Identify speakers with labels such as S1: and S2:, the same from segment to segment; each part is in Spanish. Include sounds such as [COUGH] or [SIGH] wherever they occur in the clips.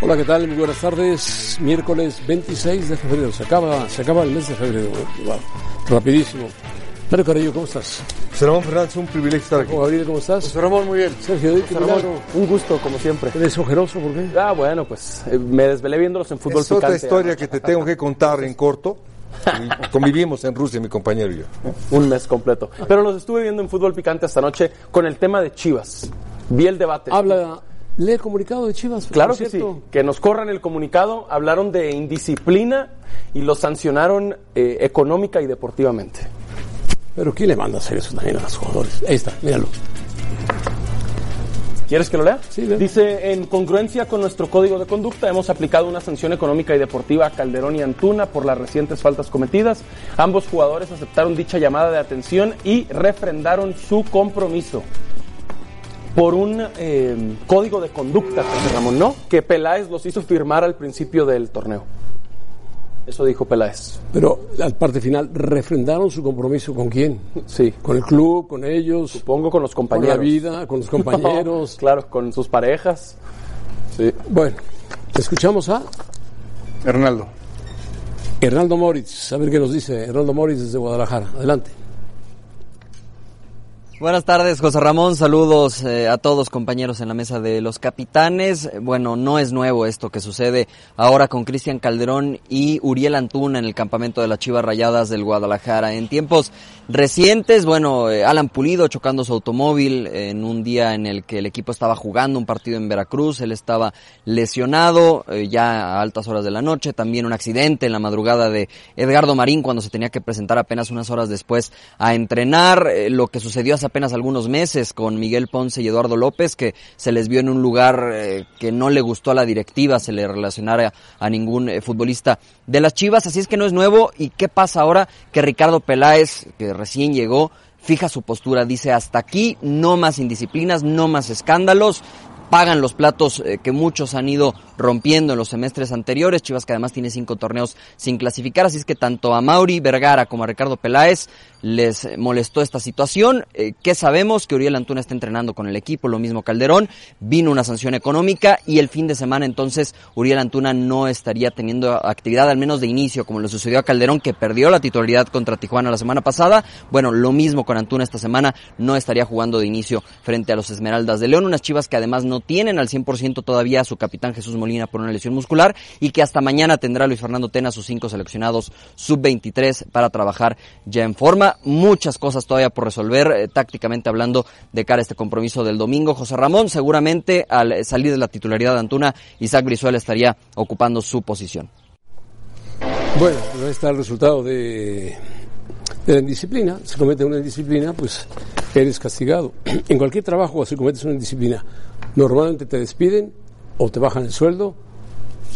S1: Hola, ¿qué tal? Muy buenas tardes. Miércoles 26 de febrero. Se acaba, se acaba el mes de febrero. Wow. Rapidísimo. Pedro Carrillo, ¿cómo estás?
S2: José Ramón Fernández, un privilegio estar aquí.
S1: Oh, Gabriel, ¿cómo estás?
S2: José Ramón, muy bien.
S1: Sergio, ¿qué
S2: José Ramón,
S1: milagro?
S2: un gusto, como siempre.
S1: ¿Eres ojeroso? ¿Por qué?
S3: Ah, bueno, pues eh, me desvelé viéndolos en fútbol
S2: Es otra
S3: picante,
S2: historia que
S3: anoche.
S2: te tengo que contar en
S3: [LAUGHS]
S2: corto. Y Convivimos en Rusia, mi compañero y yo.
S3: Un mes completo. Pero los estuve viendo en fútbol picante esta noche con el tema de Chivas. Vi el debate.
S1: Habla, lee el comunicado de Chivas.
S3: Claro
S1: por
S3: que sí.
S1: cierto.
S3: Que nos corran el comunicado. Hablaron de indisciplina y los sancionaron eh, económica y deportivamente.
S1: Pero ¿quién le manda a hacer eso también a los jugadores? Ahí está, míralo.
S3: ¿Quieres que lo lea?
S1: Sí, lea.
S3: Dice, en congruencia con nuestro código de conducta, hemos aplicado una sanción económica y deportiva a Calderón y Antuna por las recientes faltas cometidas. Ambos jugadores aceptaron dicha llamada de atención y refrendaron su compromiso por un eh, código de conducta, José Ramón, ¿no? Que Peláez los hizo firmar al principio del torneo. Eso dijo Peláez.
S1: Pero la parte final, ¿refrendaron su compromiso con quién?
S3: Sí.
S1: ¿Con el club, con ellos,
S3: Pongo con los
S1: con
S3: compañeros.
S1: la vida,
S3: [LAUGHS]
S1: con los compañeros?
S3: claro, con sus parejas. Sí.
S1: Bueno, escuchamos a
S2: Hernaldo.
S1: Hernaldo Moritz. A ver qué nos dice Hernaldo Moritz desde Guadalajara. Adelante.
S4: Buenas tardes, José Ramón. Saludos eh, a todos compañeros en la mesa de los capitanes. Bueno, no es nuevo esto que sucede ahora con Cristian Calderón y Uriel Antuna en el campamento de las Chivas Rayadas del Guadalajara. En tiempos recientes, bueno, eh, Alan Pulido chocando su automóvil en un día en el que el equipo estaba jugando un partido en Veracruz, él estaba lesionado eh, ya a altas horas de la noche, también un accidente en la madrugada de Edgardo Marín cuando se tenía que presentar apenas unas horas después a entrenar, eh, lo que sucedió hace apenas algunos meses con Miguel Ponce y Eduardo López, que se les vio en un lugar eh, que no le gustó a la directiva, se le relacionara a ningún eh, futbolista de las Chivas, así es que no es nuevo y qué pasa ahora que Ricardo Peláez, que recién llegó, fija su postura, dice hasta aquí, no más indisciplinas, no más escándalos, pagan los platos eh, que muchos han ido rompiendo en los semestres anteriores. Chivas que además tiene cinco torneos sin clasificar, así es que tanto a Mauri Vergara como a Ricardo Peláez les eh, molestó esta situación. Eh, ¿Qué sabemos? Que Uriel Antuna está entrenando con el equipo, lo mismo Calderón. Vino una sanción económica y el fin de semana entonces Uriel Antuna no estaría teniendo actividad, al menos de inicio, como le sucedió a Calderón, que perdió la titularidad contra Tijuana la semana pasada. Bueno, lo mismo con Antuna esta semana, no estaría jugando de inicio frente a los Esmeraldas de León, unas chivas que además no tienen al 100% todavía a su capitán Jesús Molina por una lesión muscular y que hasta mañana tendrá Luis Fernando Tena sus cinco seleccionados sub-23 para trabajar ya en forma. Muchas cosas todavía por resolver, eh, tácticamente hablando, de cara a este compromiso del domingo. José Ramón, seguramente al eh, salir de la titularidad de Antuna, Isaac Brizuela estaría ocupando su posición.
S1: Bueno, pues ahí está el resultado de, de la indisciplina. Si comete una indisciplina, pues eres castigado. [CLEARS THROAT] En cualquier trabajo, si cometes una indisciplina, normalmente te despiden o te bajan el sueldo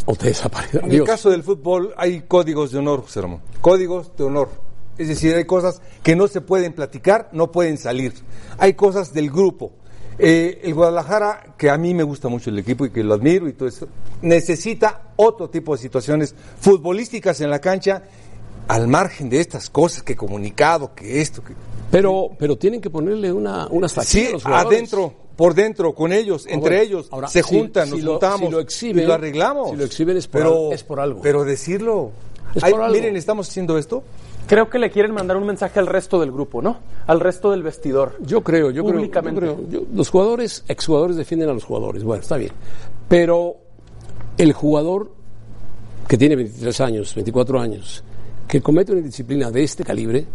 S1: o te [LAUGHS] desaparecen.
S2: En el
S1: Adiós.
S2: caso del fútbol hay códigos de honor, José Ramón. Códigos de honor. Es decir, hay cosas que no se pueden platicar, no pueden salir. Hay cosas del grupo. Eh, el Guadalajara, que a mí me gusta mucho el equipo y que lo admiro y todo eso, necesita otro tipo de situaciones futbolísticas en la cancha, al margen de estas cosas, que comunicado, que esto, que...
S1: Pero, pero tienen que ponerle una, una
S2: Sí,
S1: sanción a los jugadores. Ah,
S2: adentro, por dentro, con ellos, entre
S1: bueno,
S2: ellos,
S1: ahora,
S2: se
S1: si-
S2: juntan,
S1: si
S2: nos
S1: lo-
S2: juntamos
S1: si lo exhiben-
S2: y lo arreglamos.
S1: si lo exhiben es por al- es por algo.
S2: Pero decirlo.
S1: Es
S2: Ay,
S1: por algo.
S2: Miren, estamos haciendo esto.
S3: Creo que le quieren mandar un mensaje al resto del grupo, ¿no? Al resto del vestidor.
S1: Yo creo, yo creo. yo
S3: Públicamente.
S1: creo. Yo- los jugadores, exjugadores defienden a los jugadores. Bueno, está bien. Pero el jugador que tiene 23 años, 24 años, que comete una disciplina de este calibre,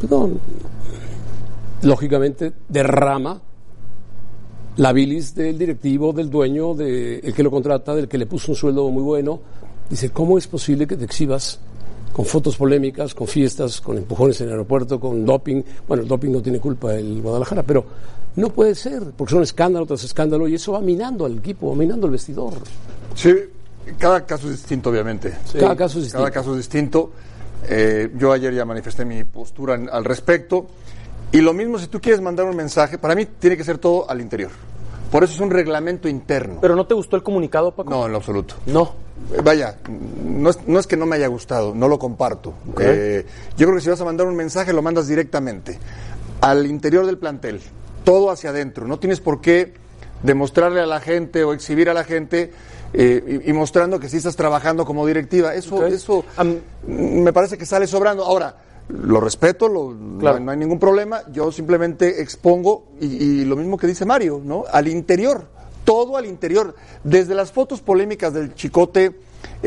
S1: pues no, lógicamente derrama la bilis del directivo, del dueño, del que lo contrata, del que le puso un sueldo muy bueno. Dice, ¿cómo es posible que te exhibas con fotos polémicas, con fiestas, con empujones en el aeropuerto, con doping? Bueno, el doping no tiene culpa el Guadalajara, pero no puede ser, porque son escándalo tras escándalo y eso va minando al equipo, va minando al vestidor.
S5: Sí, cada caso es distinto, obviamente.
S1: Cada caso es
S5: Cada
S1: distinto.
S5: caso es distinto. Eh, yo ayer ya manifesté mi postura en- al respecto. Y lo mismo, si tú quieres mandar un mensaje, para mí tiene que ser todo al interior. Por eso es un reglamento interno.
S3: ¿Pero no te gustó el comunicado, Paco?
S5: No, en lo absoluto.
S3: No.
S5: Eh, Vaya, no es, no es que no me haya gustado, no lo comparto. Eh, yo creo que si vas a mandar un mensaje, lo mandas directamente al interior del plantel, todo hacia adentro. No tienes por qué demostrarle a la gente o exhibir a la gente eh, y, y mostrando que sí estás trabajando como directiva. Eso,
S3: Ok.
S5: eso
S3: Am-
S5: mm, me parece que sale sobrando. Ahora, lo respeto, lo- no-
S3: Claro.
S5: no, hay ningún problema. Yo simplemente expongo y, y lo mismo que dice Mario, ¿no? Al interior, todo al interior. Desde las fotos polémicas del chicote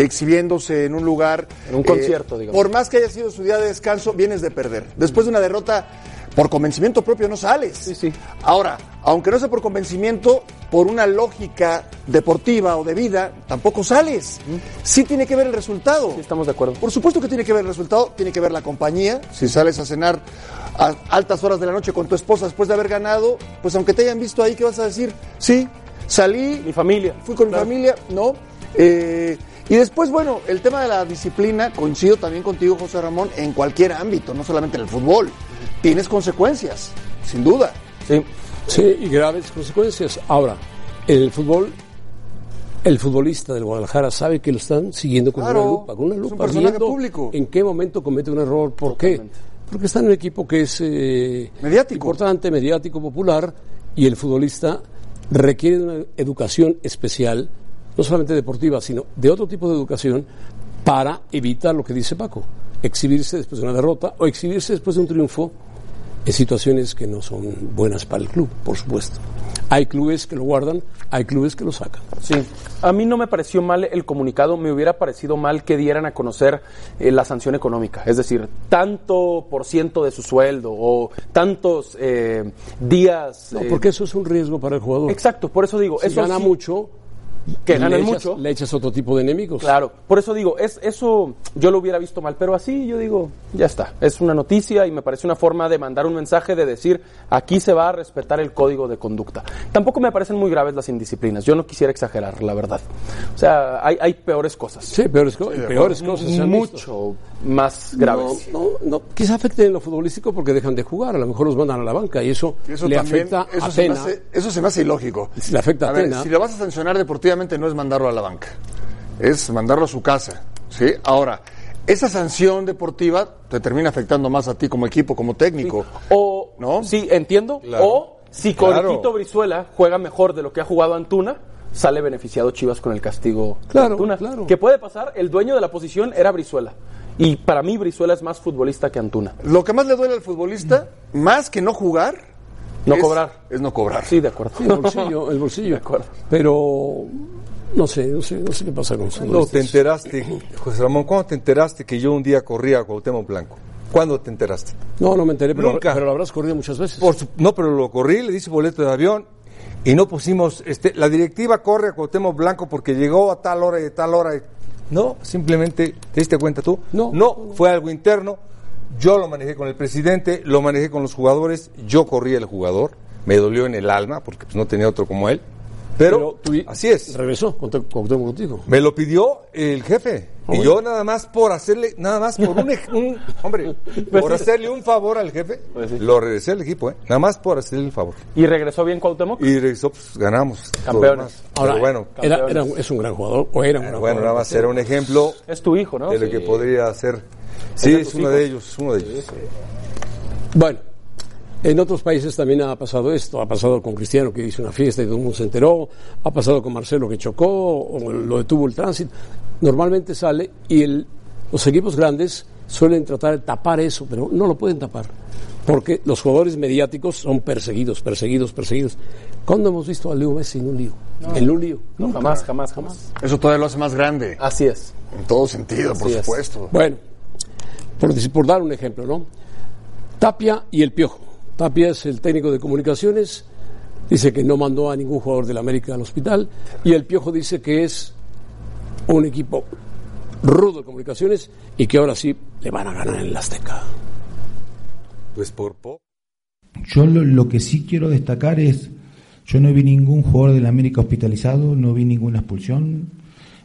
S5: exhibiéndose en un lugar.
S3: En un concierto, digamos.
S5: Eh, Por más que haya sido su día de descanso, vienes de perder. Después de una derrota por convencimiento propio no sales.
S3: Sí, sí.
S5: Ahora, aunque no sea por convencimiento, por una lógica deportiva o de vida, tampoco sales. Sí tiene que ver el resultado.
S3: Sí, estamos de acuerdo.
S5: Por supuesto que tiene que ver el resultado, tiene que ver la compañía. Si sales a cenar a altas horas de la noche con tu esposa después de haber ganado, pues aunque te hayan visto ahí, ¿qué vas a decir? Sí, salí.
S3: Mi familia.
S5: Fui con mi familia, ¿no? Eh, y después, bueno, el tema de la disciplina, coincido también contigo, José Ramón, en cualquier ámbito, no solamente en el fútbol. Tienes consecuencias, sin duda.
S3: Sí.
S1: Sí, y graves consecuencias. Ahora, en el fútbol, el futbolista del Guadalajara sabe que lo están siguiendo con
S5: Claro,
S1: una lupa, con una
S5: es un
S1: lupa,
S5: personaje
S1: viendo
S5: público.
S1: en qué momento comete un error, por qué. Porque está en un equipo que es eh,
S5: Mediático.
S1: importante, mediático, popular, y el futbolista requiere de una educación especial, no solamente deportiva, sino de otro tipo de educación, para evitar lo que dice Paco, exhibirse después de una derrota o exhibirse después de un triunfo en situaciones que no son buenas para el club, por supuesto. Hay clubes que lo guardan, hay clubes que lo sacan.
S3: Sí, a mí no me pareció mal el comunicado, me hubiera parecido mal que dieran a conocer eh, la sanción económica, es decir, tanto por ciento de su sueldo o tantos eh, días.
S1: No,
S3: eh,
S1: porque eso es un riesgo para el jugador.
S3: Exacto, por eso digo,
S1: Si
S3: eso
S1: gana
S3: sí,
S1: mucho,
S3: que
S1: le
S3: ganan
S1: echas-
S3: mucho.
S1: le echas otro tipo de enemigos.
S3: Claro, por eso digo, es, eso yo lo hubiera visto mal, pero así yo digo, ya está, es una noticia y me parece una forma de mandar un mensaje de decir, aquí se va a respetar el código de conducta. Tampoco me parecen muy graves las indisciplinas, yo no quisiera exagerar, la verdad. O sea, hay, hay peores cosas.
S1: Sí, peores, co- peores cosas. se han visto.
S3: mucho más graves.
S1: No, no, no, quizá afecte en lo futbolístico porque dejan de jugar, a lo mejor los mandan a la banca y eso,
S5: Eso
S1: le
S5: también,
S1: afecta
S5: eso,
S1: a
S5: se me
S1: Tena.
S5: hace, eso se me hace ilógico.
S1: Si le afecta a
S5: ver,
S1: Tena.
S5: si lo vas a sancionar deportivamente no es mandarlo a la banca, es mandarlo a su casa, ¿sí? Ahora, esa sanción deportiva te termina afectando más a ti como equipo, como técnico.
S3: O,
S5: ¿No?
S3: sí, entiendo.
S2: Claro.
S3: O si
S2: Claro.
S3: Coritito Brizuela juega mejor de lo que ha jugado Antuna, sale beneficiado Chivas con el castigo de
S1: Claro,
S3: Antuna.
S1: claro.
S3: Que puede pasar, el dueño de la posición era Brizuela. Y para mí Brizuela es más futbolista que Antuna.
S5: Lo que más le duele al futbolista, más que no jugar,
S3: No
S5: es-
S3: cobrar.
S5: Es no cobrar.
S3: Sí, de acuerdo.
S1: Sí, el [LAUGHS] bolsillo,
S5: [LAUGHS]
S1: el bolsillo.
S3: acuerdo.
S1: Pero no sé, no sé, no sé qué pasa con los
S2: ¿Cuándo te
S1: futbolistas. eh,
S2: enteraste, José Ramón, cuándo te enteraste que yo un día corría a Cuauhtémoc Blanco? ¿Cuándo te enteraste?
S1: No, no me enteré, pero,
S2: Nunca.
S1: pero lo habrás corrido muchas veces.
S2: Por su- no, pero lo corrí, le hice boleto de avión y no pusimos. Este, la directiva corre a Cuauhtémoc Blanco porque llegó a tal hora y a tal hora. y- no, simplemente te diste cuenta tú.
S1: No.
S2: no, fue algo interno. Yo lo manejé con el presidente, lo manejé con los jugadores. Yo corrí al jugador, me dolió en el alma porque pues, no tenía otro como él. Pero,
S1: tuvi-
S2: así es.
S1: Regresó con Cuauhtémoc contigo. Ah,
S2: Me lo pidió el jefe.
S1: Pues
S2: Y yo nada más por hacerle, nada más por un, ej- un-
S1: [LAUGHS]
S2: hombre,
S1: Pues
S2: por hacerle un favor al jefe,
S3: Pues sí.
S2: lo regresé al equipo, ¿eh? Nada más por hacerle el favor.
S3: ¿Y regresó bien Cuauhtémoc?
S2: Y regresó, pues ganamos. lo
S3: Campeones.
S2: demás.
S1: Ahora,
S2: Pero bueno,
S1: era, era un- es un gran jugador, o era un gran
S2: bueno, nada
S1: jugador.
S2: más era un ejemplo
S3: Es tu hijo, ¿no?
S2: de lo que podría ser. Sí,
S3: de
S2: es
S3: tus
S2: uno
S3: hijos.
S2: de ellos, es uno de ellos.
S1: Bueno, en otros países también ha pasado esto. Ha pasado con Cristiano que hizo una fiesta y todo el mundo se enteró. Ha pasado con Marcelo que chocó o lo detuvo el tránsito. Normalmente sale y el- los equipos grandes suelen tratar de tapar eso, pero no lo pueden tapar. Porque los jugadores mediáticos son perseguidos, perseguidos, perseguidos. ¿Cuándo hemos visto a Leo Messi en un lío? En un lío.
S3: No,
S1: Nunca.
S3: jamás, jamás, jamás.
S5: Eso todavía lo hace más grande,
S3: Así es.
S5: en todo sentido, por
S3: Así es.
S5: supuesto.
S1: Bueno, por, dec- por dar un ejemplo, ¿no? Tapia y el Piojo. Tapia es el técnico de comunicaciones, dice que no mandó a ningún jugador del América al hospital y el Piojo dice que es un equipo rudo de comunicaciones y que ahora sí le van a ganar en el Azteca.
S2: Pues por poco.
S6: Yo lo, lo que sí quiero destacar es, yo no vi ningún jugador del América hospitalizado, no vi ninguna expulsión.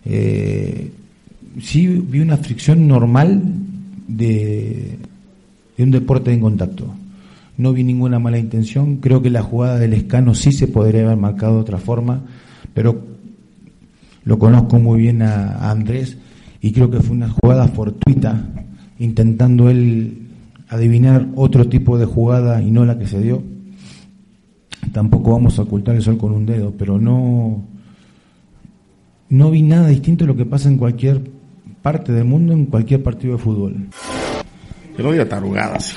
S6: Eh, sí vi una fricción normal de, de un deporte en contacto. No vi ninguna mala intención. Creo que la jugada del escano sí se podría haber marcado de otra forma, pero lo conozco muy bien a, a Andrés y creo que fue una jugada fortuita, intentando él adivinar otro tipo de jugada y no la que se dio. Tampoco vamos a ocultar el sol con un dedo, pero no, no vi nada distinto a lo que pasa en cualquier parte del mundo, en cualquier partido de fútbol.
S7: Que no diga tarugadas.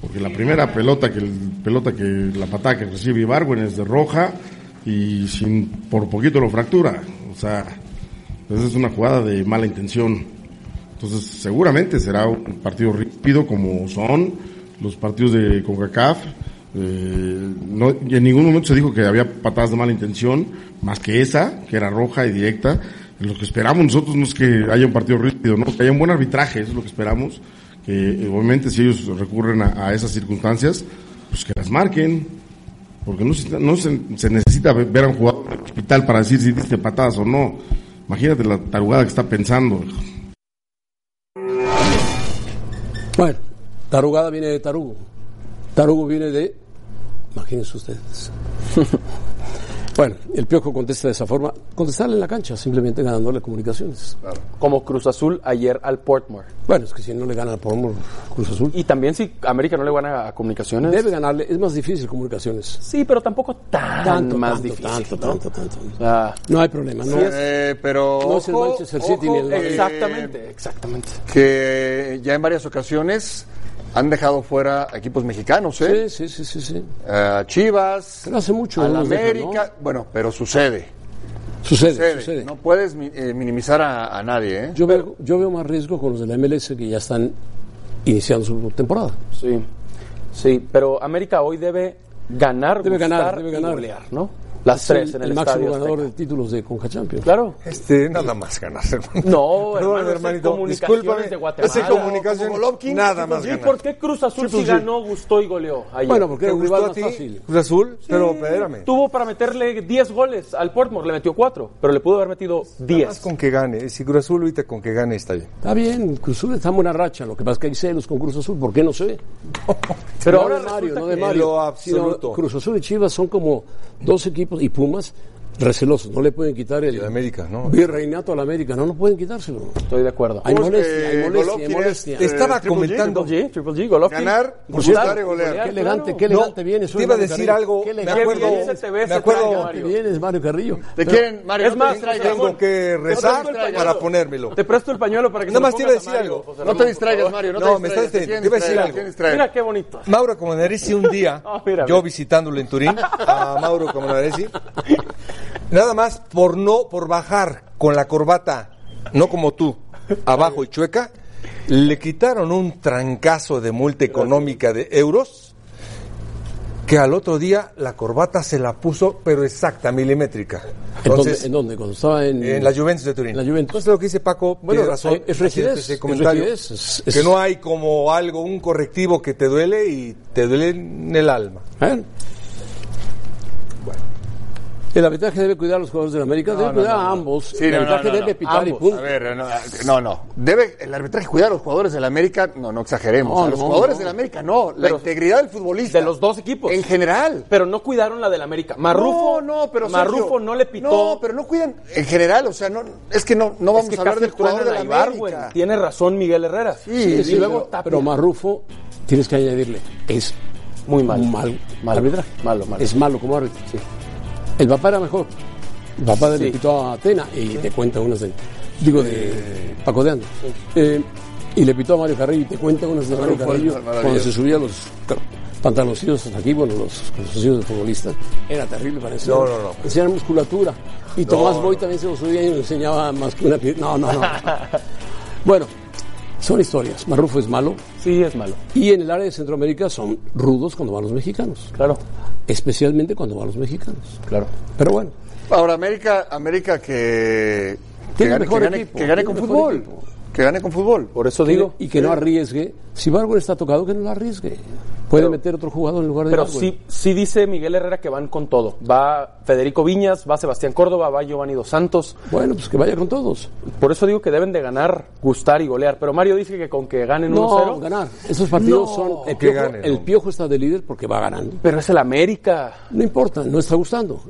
S7: Porque la primera pelota que pelota que la patada que recibe Ibargüen es de roja y sin por poquito lo fractura. O sea, esa es una jugada de mala intención. Entonces, seguramente será un partido rípido como son los partidos de CONCACAF. Eh, no, en ningún momento se dijo que había patadas de mala intención, más que esa, que era roja y directa. Lo que esperamos nosotros no es que haya un partido rípido, ¿no? que haya un buen arbitraje, eso es lo que esperamos. Que eh, obviamente si ellos recurren a, a, esas circunstancias, pues que las marquen. Porque no, se, no se, se necesita ver a un jugador en el hospital para decir si diste patadas o no. Imagínate la tarugada que está pensando.
S1: Bueno, tarugada viene de tarugo. Tarugo viene de. Imagínense
S3: [LAUGHS]
S1: ustedes. bueno, el Piojo contesta de esa forma. Contestarle en la cancha, simplemente ganándole comunicaciones.
S3: Como Cruz Azul ayer al Portmore.
S1: Bueno, es que si no le gana pues, al Portmore, Cruz Azul.
S3: Y también si América no le gana a comunicaciones.
S1: Debe ganarle, es más difícil comunicaciones.
S3: Sí, pero tampoco tan
S1: Tanto,
S3: más
S1: tanto,
S3: difícil.
S1: tanto,
S3: ¿no?
S1: tanto, tanto, tanto.
S3: Ah,
S1: No hay problema, no, es,
S5: Eh, pero
S1: no es el
S5: ojo,
S1: Manchester City
S5: ojo,
S1: ni el.
S5: eh,
S3: exactamente, exactamente.
S5: que ya en varias ocasiones han dejado fuera a equipos mexicanos, ¿eh?
S1: Sí, sí, sí, sí. sí.
S5: A Chivas,
S1: Pero hace mucho
S5: a
S1: no
S5: la
S1: los dejan,
S5: América. Bueno, pero sucede.
S1: Sucede,
S5: Sucede.
S1: sucede.
S5: No puedes mi- eh, minimizar a, a nadie, ¿eh?
S1: Yo veo, yo veo más riesgo con los de la MLS que ya están iniciando su temporada.
S3: Sí, sí, pero América hoy debe ganar,
S1: Debe ganar,
S3: gustar
S1: debe
S3: y
S1: ganar.
S3: golear, ¿no? Las
S1: Es
S3: tres en el,
S1: máximo
S3: estadio
S1: ganador
S3: Azteca.
S1: de títulos de Conca Champions.
S3: Claro.
S2: Este, nada más ganar, hermano.
S3: No, hermano, es
S2: Perdón,
S3: el Comunicaciones
S2: discúlpame,
S3: de Guatemala.
S2: ese comunicación,
S5: Como Golovkin,
S2: nada más pues
S3: ¿Y
S2: ganar.
S3: por qué Cruz Azul sí ganó, gustó y goleó ayer?
S1: Bueno,
S2: ¿Te
S1: porque era un
S2: gustó
S1: rival
S2: a
S1: más
S2: ti
S1: fácil.
S2: Cruz Azul? Pero, espérame.
S3: Tuvo para meterle 10 goles al Portmore, le metió 4, pero le pudo haber metido
S2: Nada más
S3: 10.
S2: con que gane. Si Cruz Azul ahorita con que gane está bien.
S1: Está bien, Cruz Azul está en buena racha. Lo que pasa es que ahí sé los concursos Azul, ¿por qué no sé?
S3: Pero
S1: No
S3: ahora
S1: de Mario,
S3: resulta
S1: no de
S3: que-
S1: Mario.
S2: lo absoluto.
S1: sino Cruz Azul y Chivas son como dos equipos, y Pumas, recelosos. No le pueden quitar el
S2: De América, ¿no?
S1: virreinato a la América. No, no pueden quitárselo.
S3: Estoy de acuerdo.
S1: Hay
S5: Pues,
S1: molestia, hay
S5: eh,
S1: molestia, hay
S5: Golovkin es,
S1: molestia.
S5: eh,
S2: Estaba
S5: Triple G,
S2: comentando.
S3: Triple G, Triple G, Golovkin.
S5: Ganar,
S3: Gustar
S5: gustar y golear.
S1: Qué elegante, qué
S3: claro.
S1: elegante vienes.
S2: te iba a decir algo.
S1: Qué
S2: Me
S1: elegante
S2: acuerdo.
S3: bien se te ve
S2: Me
S3: ese traje,
S2: acuerdo.
S3: Mario.
S1: vienes, Mario Carrillo.
S5: Te quieren, Mario.
S3: Es
S5: no te
S3: más,
S5: distraigas.
S3: José Ramón,
S2: Tengo que rezar
S3: No te estoy
S2: para
S3: fallando.
S2: ponérmelo.
S3: Te presto el pañuelo para que
S2: Nada
S3: se lo
S2: más te iba a
S3: pongas
S2: decir
S3: Mario,
S2: algo.
S3: José
S5: No
S3: Ramón,
S5: te
S3: por
S5: distraigas,
S3: favor.
S5: Mario. No,
S2: No,
S5: te
S2: me estás
S5: distraigas. te quieren
S2: deteniendo. Te iba a decir
S5: distraer,
S2: algo.
S5: te quieren distraer.
S3: Mira qué bonito.
S2: Mauro Comanaresi un día,
S3: [LAUGHS] Ah, mira,
S2: yo
S3: mira.
S2: visitándolo en Turín, a Mauro Comanaresi, nada más por no, por bajar con la corbata, no como tú, abajo y chueca, le quitaron un trancazo de multa económica de euros que al otro día la corbata se la puso, pero exacta, milimétrica.
S1: ¿En dónde-
S2: Entonces,
S1: ¿En dónde? Cuando estaba en...
S2: en la Juventus de Turín.
S1: La Juventus.
S2: Entonces lo que dice Paco,
S1: Bueno,
S2: tiene razón.
S1: es rigidez,
S2: haciendo ese
S1: es
S2: comentario,
S1: rigidez, es- es-
S2: Que no hay como algo, un correctivo que te duele y te duele en el alma.
S1: ¿Eh? El arbitraje debe cuidar a los jugadores de la América, debe cuidar a ambos.
S5: Sí,
S1: el
S5: no, no,
S1: arbitraje
S5: no, no.
S1: debe pitar y punto.
S5: A ver, no, no, no. Debe el arbitraje cuidar a los jugadores del América, no, no exageremos.
S1: No,
S5: a los
S1: no,
S5: jugadores
S1: no.
S5: del América, no. La
S3: Pero-
S5: integridad del futbolista.
S3: De los dos equipos.
S5: En general.
S3: Pero no cuidaron la del América. Marrufo,
S5: no, no, pero
S3: Marrufo
S5: Sergio,
S3: no le pitó.
S5: No, pero no cuidan en general, o sea, no, es que no, no
S3: Es
S5: vamos
S3: que
S5: a hablar
S3: casi
S5: del jugador de
S3: truenan
S5: la
S3: a Ibargüen.
S5: América.
S3: Tiene razón Miguel Herrera.
S5: Sí,
S3: y
S5: sí,
S3: luego
S1: pero,
S3: Tapia.
S1: pero Marrufo, tienes que añadirle, es
S3: Muy mal.
S1: un mal,
S3: Malo,
S1: arbitraje.
S3: malo, malo.
S1: Es malo como árbitro. El papá era mejor. El papá
S3: Sí.
S1: le pitó a Atena y te cuenta unas de. Digo, de Paco de Anda. Eh, y le pitó a Mario Carrillo y te cuenta unas de Mario
S5: fue
S1: Carrillo
S5: maravilloso.
S1: cuando se subía los ca- pantaloncillos hasta aquí, bueno, los pantaloncillos de futbolista. Era terrible para enseñar.
S2: No, no, no.
S1: Enseñar musculatura. Y
S3: [LAUGHS]
S1: Tomás Boy también se lo subía y nos enseñaba más que una piedra. No, no, no. bueno, Son historias. Marrufo es malo.
S3: Sí, es malo.
S1: Y en el área de Centroamérica son rudos cuando van los mexicanos.
S3: Claro,
S1: Especialmente cuando van los mexicanos.
S3: claro.
S1: Pero bueno,
S5: Ahora, América, América que, que
S1: Tiene
S5: gane,
S1: mejor
S5: que gane-
S1: equipo,
S5: que gane
S1: tiene
S5: con
S1: mejor
S5: fútbol.
S1: equipo.
S5: Que gane con fútbol.
S3: Por eso digo.
S1: y que no arriesgue. Si Barber está tocado, que no lo arriesgue. Puede meter otro jugador en lugar de
S3: Pero
S1: Barber.
S3: sí, sí dice Miguel Herrera que van con todo. Va Federico Viñas, va Sebastián Córdoba, va Giovanni Dos Santos.
S1: Bueno, pues que vaya con todos.
S3: Por eso digo que deben de ganar, gustar y golear. Pero Mario dice que con que ganen
S1: No,
S3: 1-0.
S1: ganar. Esos partidos
S3: No.
S1: son. El
S2: Que
S1: piojo,
S2: gane,
S1: el
S2: no.
S1: Piojo está de líder porque va ganando.
S3: Pero es el América.
S1: No importa, no está gustando.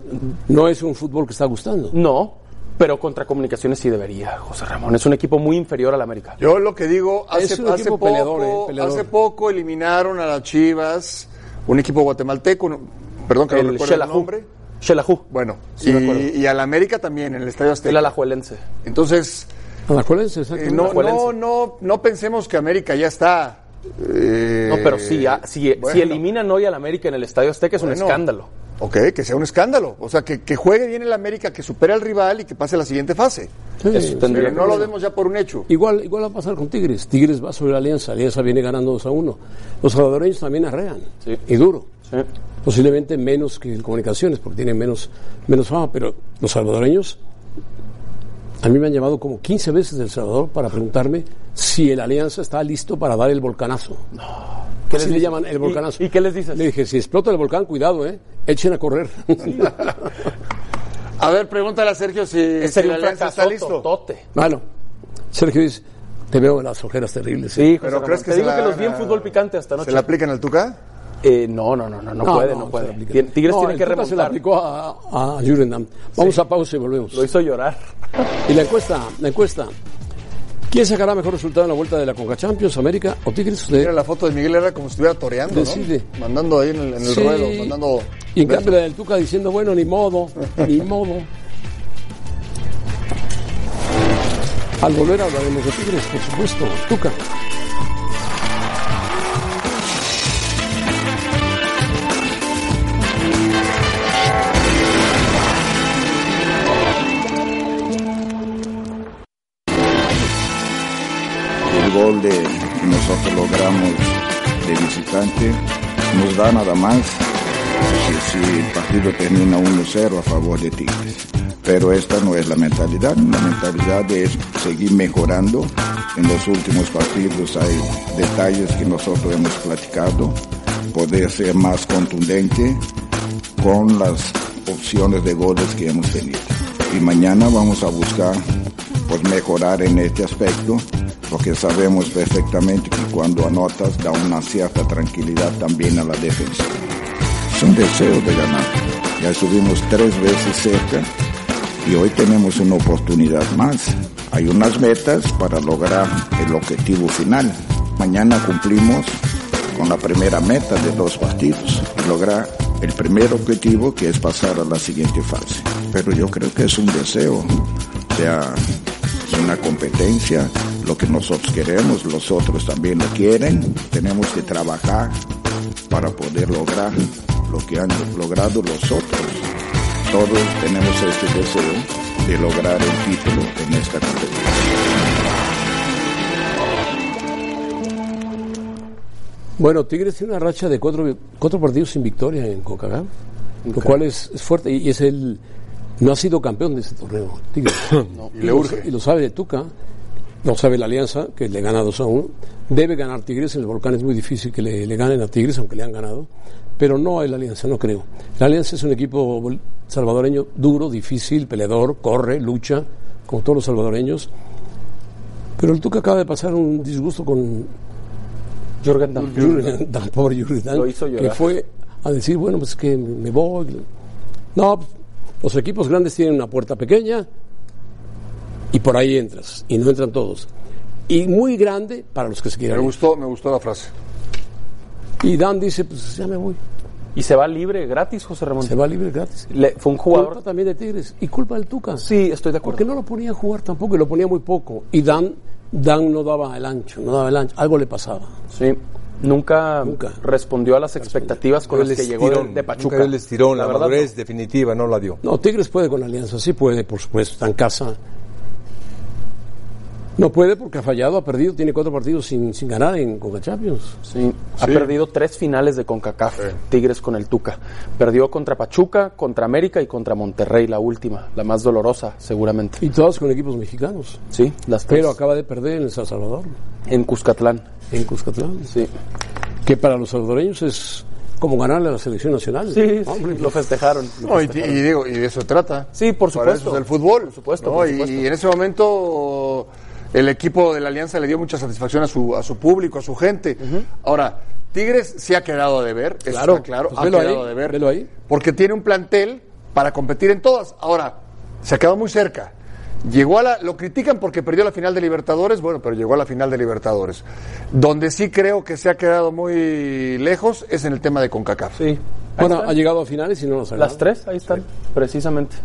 S1: No es un fútbol que está gustando.
S3: No, pero contra Comunicaciones sí debería, José Ramón. Es un equipo muy inferior al América.
S5: Yo lo que digo,
S1: Es
S5: hace,
S1: un
S5: hace
S1: equipo
S5: poco,
S1: peleador, eh, peleador.
S5: hace poco eliminaron a las Chivas, un equipo guatemalteco, no- perdón que no
S3: El
S5: recuerdo el
S3: Shelahu.
S5: nombre.
S3: Shelahu,
S5: Bueno,
S3: Sí, me acuerdo.
S5: y, y al América también, en el Estadio
S3: el
S5: Azteca.
S3: alajuelense.
S5: Entonces,
S1: Alajuelense,
S5: eh,
S1: exactamente.
S5: no, no,
S3: Alajuelense.
S5: no, no pensemos que América ya está. eh,
S3: No, pero sí, ah, si, si
S5: bueno.
S3: eliminan hoy al América en el Estadio Azteca es un
S5: Bueno.
S3: escándalo.
S5: Ok, que sea un escándalo. O sea, que, que juegue bien el América, que supere al rival y que pase a la siguiente fase.
S1: Sí,
S3: Eso tendría-
S5: Pero
S3: que
S5: no lo
S3: bueno.
S5: demos ya por un hecho.
S1: Igual, igual va a pasar con Tigres. Tigres va sobre la Alianza. Alianza viene ganando 2 a 1. Los salvadoreños también arrean.
S3: Sí.
S1: Y duro.
S3: Sí.
S1: Posiblemente menos que el Comunicaciones, porque tienen menos, menos fama. Pero los salvadoreños. A mí me han llamado como 15 veces del Salvador para preguntarme si el Alianza está listo para dar el volcanazo. ¿Qué les le llaman el volcanazo?
S3: ¿Y, y qué les dices?
S1: Le dije, si explota el volcán, cuidado, ¿eh? Echen a correr.
S5: A ver, pregúntale a Sergio si, si la
S3: Sería un
S5: alianza está
S3: fracaso
S5: listo.
S3: totote.
S1: [LAUGHS] Bueno, Sergio dice, te veo las ojeras terribles. ¿eh?
S3: Sí, José
S5: Pero
S3: Ramón.
S5: crees que
S3: Te
S5: se
S3: digo
S5: la
S3: que los
S5: van
S3: vi en
S5: a-
S3: fútbol picante hasta
S5: ¿Se
S3: anoche.
S5: la aplican al Tuca?
S3: Eh, no, no, no, no, no, puede, no,
S1: se
S3: puede.
S1: la aplica.
S3: Tien- Tigres
S1: No,
S3: tiene
S1: el
S3: que
S1: Tuca se la
S3: remontar.
S1: aplicó a, a Jurenam. Vamos a pausa y volvemos.
S3: Lo hizo llorar.
S1: Y la encuesta, la encuesta. ¿Quién sacará mejor resultado en la vuelta de la Conca Champions, América o Tigres? Usted
S5: Mira la foto de Miguel Herrera como si estuviera toreando, ¿no?
S1: Decide.
S5: Mandando ahí en el, en el
S1: Sí.
S5: ruedo, mandando...
S1: Y en cambio la del Tuca diciendo, bueno, ni modo,
S5: [LAUGHS]
S1: ni modo. Al volver hablaremos de Tigres, por supuesto. Tuca.
S8: el gol de que nosotros logramos de visitante nos da nada más si, si el partido termina 1-0 a favor de Tigres. Pero esta no es la mentalidad, la mentalidad es seguir mejorando. En los últimos partidos hay detalles que nosotros hemos platicado, poder ser más contundente con las opciones de goles que hemos tenido. Y mañana vamos a buscar pues, mejorar en este aspecto, porque sabemos perfectamente que cuando anotas da una cierta tranquilidad también a la defensa. Es un deseo de ganar. Ya estuvimos tres veces cerca y hoy tenemos una oportunidad más. Hay unas metas para lograr el objetivo final. Mañana cumplimos con la primera meta de dos partidos, lograr el primer objetivo que es pasar a la siguiente fase. Pero yo creo que es un deseo, o sea, es una competencia, lo que nosotros queremos, los otros también lo quieren, tenemos que trabajar para poder lograr lo que han logrado los otros. Todos tenemos este deseo de lograr el título en esta competencia.
S1: Bueno, Tigres tiene una racha de cuatro, vi- cuatro partidos sin victoria en CONCACAF, lo cual es, es fuerte y y es el no ha sido campeón de este torneo. Tigres.
S5: Y
S1: Y
S5: le
S1: lo-
S5: urge.
S1: Y lo sabe Tuca, lo sabe la Alianza, que le gana 2 a 1. Debe ganar Tigres, en el Volcán es muy difícil que le, le ganen a Tigres, aunque le han ganado. Pero no el Alianza, no creo. La Alianza es un equipo bol- salvadoreño duro, difícil, peleador, corre, lucha, como todos los salvadoreños. Pero el Tuca acaba de pasar un disgusto con
S3: Jürgen Damm.
S1: [LAUGHS] Yuridan, tan pobre Yuridan,
S3: Lo hizo llorar.
S1: que fue a decir, bueno, pues que me voy. No, pues, los equipos grandes tienen una puerta pequeña y por ahí entras, y no entran todos. Y muy grande para los que se
S5: Me
S1: quieran. ir.
S5: gustó, me gustó la frase.
S1: Y Dan dice, pues ya me voy,
S3: Y se va libre gratis, José Ramón.
S1: se va libre gratis.
S3: Le- fue un
S1: Culpa
S3: jugador.
S1: también de Tigres y culpa del Tuca.
S3: Sí, estoy de
S1: Porque
S3: acuerdo.
S1: no lo ponía a jugar tampoco, y lo ponía muy poco. Y Dan, Dan no daba el ancho, no daba el ancho, algo le pasaba.
S3: Sí. Nunca,
S1: Nunca.
S3: respondió a las expectativas con
S2: Dio el
S3: las que llegó de,
S2: estirón,
S3: de Pachuca.
S2: nunca dio el estirón, la,
S3: verdad,
S2: madurez definitiva no la dio.
S1: No, Tigres puede con Alianza, sí puede, por supuesto, está en casa. No puede porque ha fallado, ha perdido, tiene cuatro partidos sin, sin ganar en Coca Champions.
S3: Sí, ha perdido tres finales de CONCACAF, Tigres con el Tuca. Perdió contra Pachuca, contra América y contra Monterrey, la última, la más dolorosa seguramente.
S1: Y todos con equipos mexicanos.
S3: Sí, las tres.
S1: Pero acaba de perder en El Salvador,
S3: En Cuscatlán.
S1: en Cuscatlán.
S3: Sí,
S1: Que para los salvadoreños es como ganarle a la selección nacional.
S3: sí,
S1: Hombre,
S3: lo festejaron. lo
S5: No, y,
S3: festejaron.
S5: y digo, y de eso trata.
S3: Sí, por
S5: Para eso
S3: supuesto.
S5: es el fútbol.
S3: Por supuesto,
S5: ¿no?
S3: por
S5: Y-
S3: supuesto.
S5: Y, en ese momento el equipo de la Alianza le dio mucha satisfacción a su, a su público, a su gente. Ahora, Tigres sí ha quedado de ver.
S1: Claro,
S5: claro.
S1: pues
S5: ha
S1: velo
S5: quedado
S1: ahí,
S5: de ver.
S1: velo ahí.
S5: Porque tiene un plantel para competir en todas. Ahora, se ha quedado muy cerca. Llegó a la, lo critican porque perdió la final de Libertadores, bueno, pero llegó a la final de Libertadores. Donde sí creo que se ha quedado muy lejos es en el tema de CONCACAF.
S3: Sí. Ahí
S1: Bueno,
S3: están.
S1: ha llegado a finales y no las ha
S3: Las
S1: ganado.
S3: tres, ahí están, precisamente.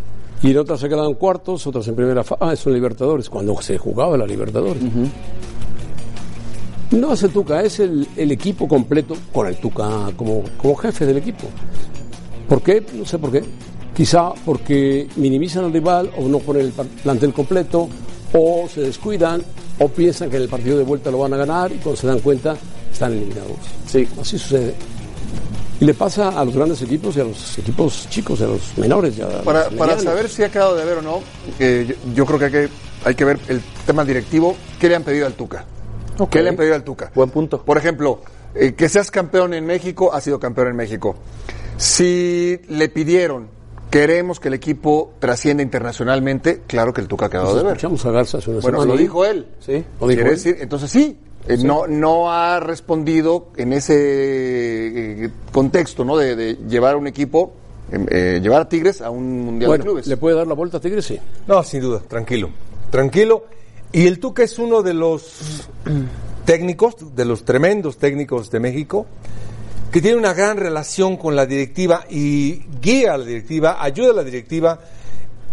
S1: Y en otras se ha quedado en cuartos, otras en primera fase. Ah, son Libertadores, cuando se jugaba la Libertadores. No es el Tuca, es el, el equipo completo con el Tuca como, como jefe del equipo. ¿Por qué? No sé por qué. Quizá porque minimizan al rival o no ponen el par- plantel completo o se descuidan o piensan que en el partido de vuelta lo van a ganar y cuando se dan cuenta están eliminados.
S3: Sí.
S1: Así sucede. Y le pasa a los grandes equipos y a los equipos chicos, y a los menores. y a los
S5: Para,
S3: Pues
S5: para
S1: medianos.
S5: saber si ha quedado de ver o no, eh, yo, yo creo que hay, que hay que ver el tema directivo. ¿Qué le han pedido al Tuca?
S3: Ok.
S5: ¿Qué le han pedido al Tuca?
S3: Buen punto.
S5: Por ejemplo, eh, que seas campeón en México, has sido campeón en México. Si le pidieron, queremos que el equipo trascienda internacionalmente, claro que el Tuca ha
S3: Pues
S5: quedado de ver.
S1: Escuchamos a Garza hace una
S5: Bueno,
S1: semana.
S5: lo dijo él.
S3: Sí.
S1: Lo dijo
S5: Quiere
S1: él.
S5: decir, entonces sí, eh, No, no ha respondido en ese eh, contexto, ¿no? De, de llevar a un equipo, em, eh, llevar a Tigres a un mundial
S1: Bueno,
S5: de clubes.
S1: ¿le puede dar la vuelta a Tigres? Sí.
S2: No, sin duda, tranquilo. Tranquilo. Y el Tuca es uno de los técnicos, de los tremendos técnicos de México, que tiene una gran relación con la directiva y guía a la directiva, ayuda a la directiva.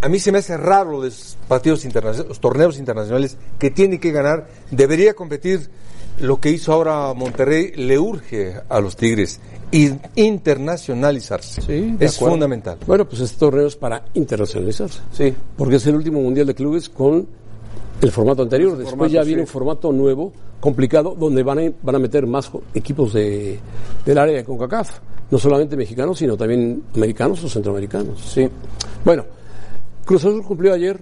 S2: A mí se me hace raro lo de los partidos internacionales, los torneos internacionales que tiene que ganar. Debería competir lo que hizo ahora Monterrey, le urge a los Tigres y internacionalizarse.
S1: Sí, de
S2: es
S1: acuerdo.
S2: fundamental.
S1: Bueno, pues este torneo es para internacionalizarse.
S3: Sí.
S1: Porque es el último mundial de clubes con el formato anterior. Después ya viene un formato nuevo, complicado, donde van a, van a meter más jo- equipos de, del área de CONCACAF. No solamente mexicanos, sino también americanos o centroamericanos.
S3: Sí.
S1: Bueno, Cruz Azul cumplió ayer.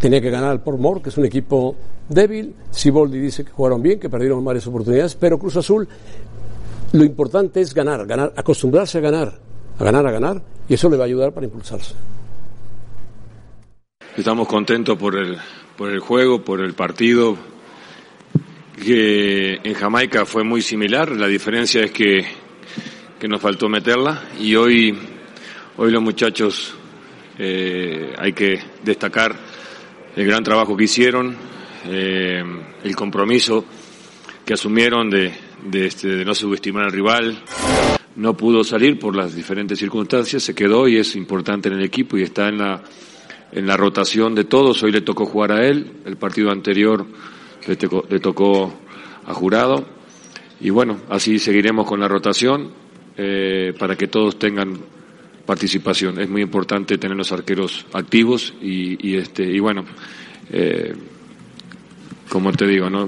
S1: Tenía que ganar al Portmore, que es un equipo débil. Siboldi dice que jugaron bien, que perdieron varias oportunidades, pero Cruz Azul lo importante es ganar, ganar, acostumbrarse a ganar, a ganar, a ganar, y eso le va a ayudar para impulsarse.
S9: Estamos contentos por el, por el juego, por el partido, que en Jamaica fue muy similar, la diferencia es que, que nos faltó meterla y hoy, hoy los muchachos eh, hay que destacar el gran trabajo que hicieron, eh, el compromiso que asumieron de, de, este, de no subestimar al rival. No pudo salir por las diferentes circunstancias, se quedó y es importante en el equipo y está en la, en la rotación de todos. Hoy le tocó jugar a él, el partido anterior le tocó, le tocó a Jurado. Y bueno, así seguiremos con la rotación eh, para que todos tengan participación. Es muy importante tener los arqueros activos y, y este y bueno, eh, como te digo, no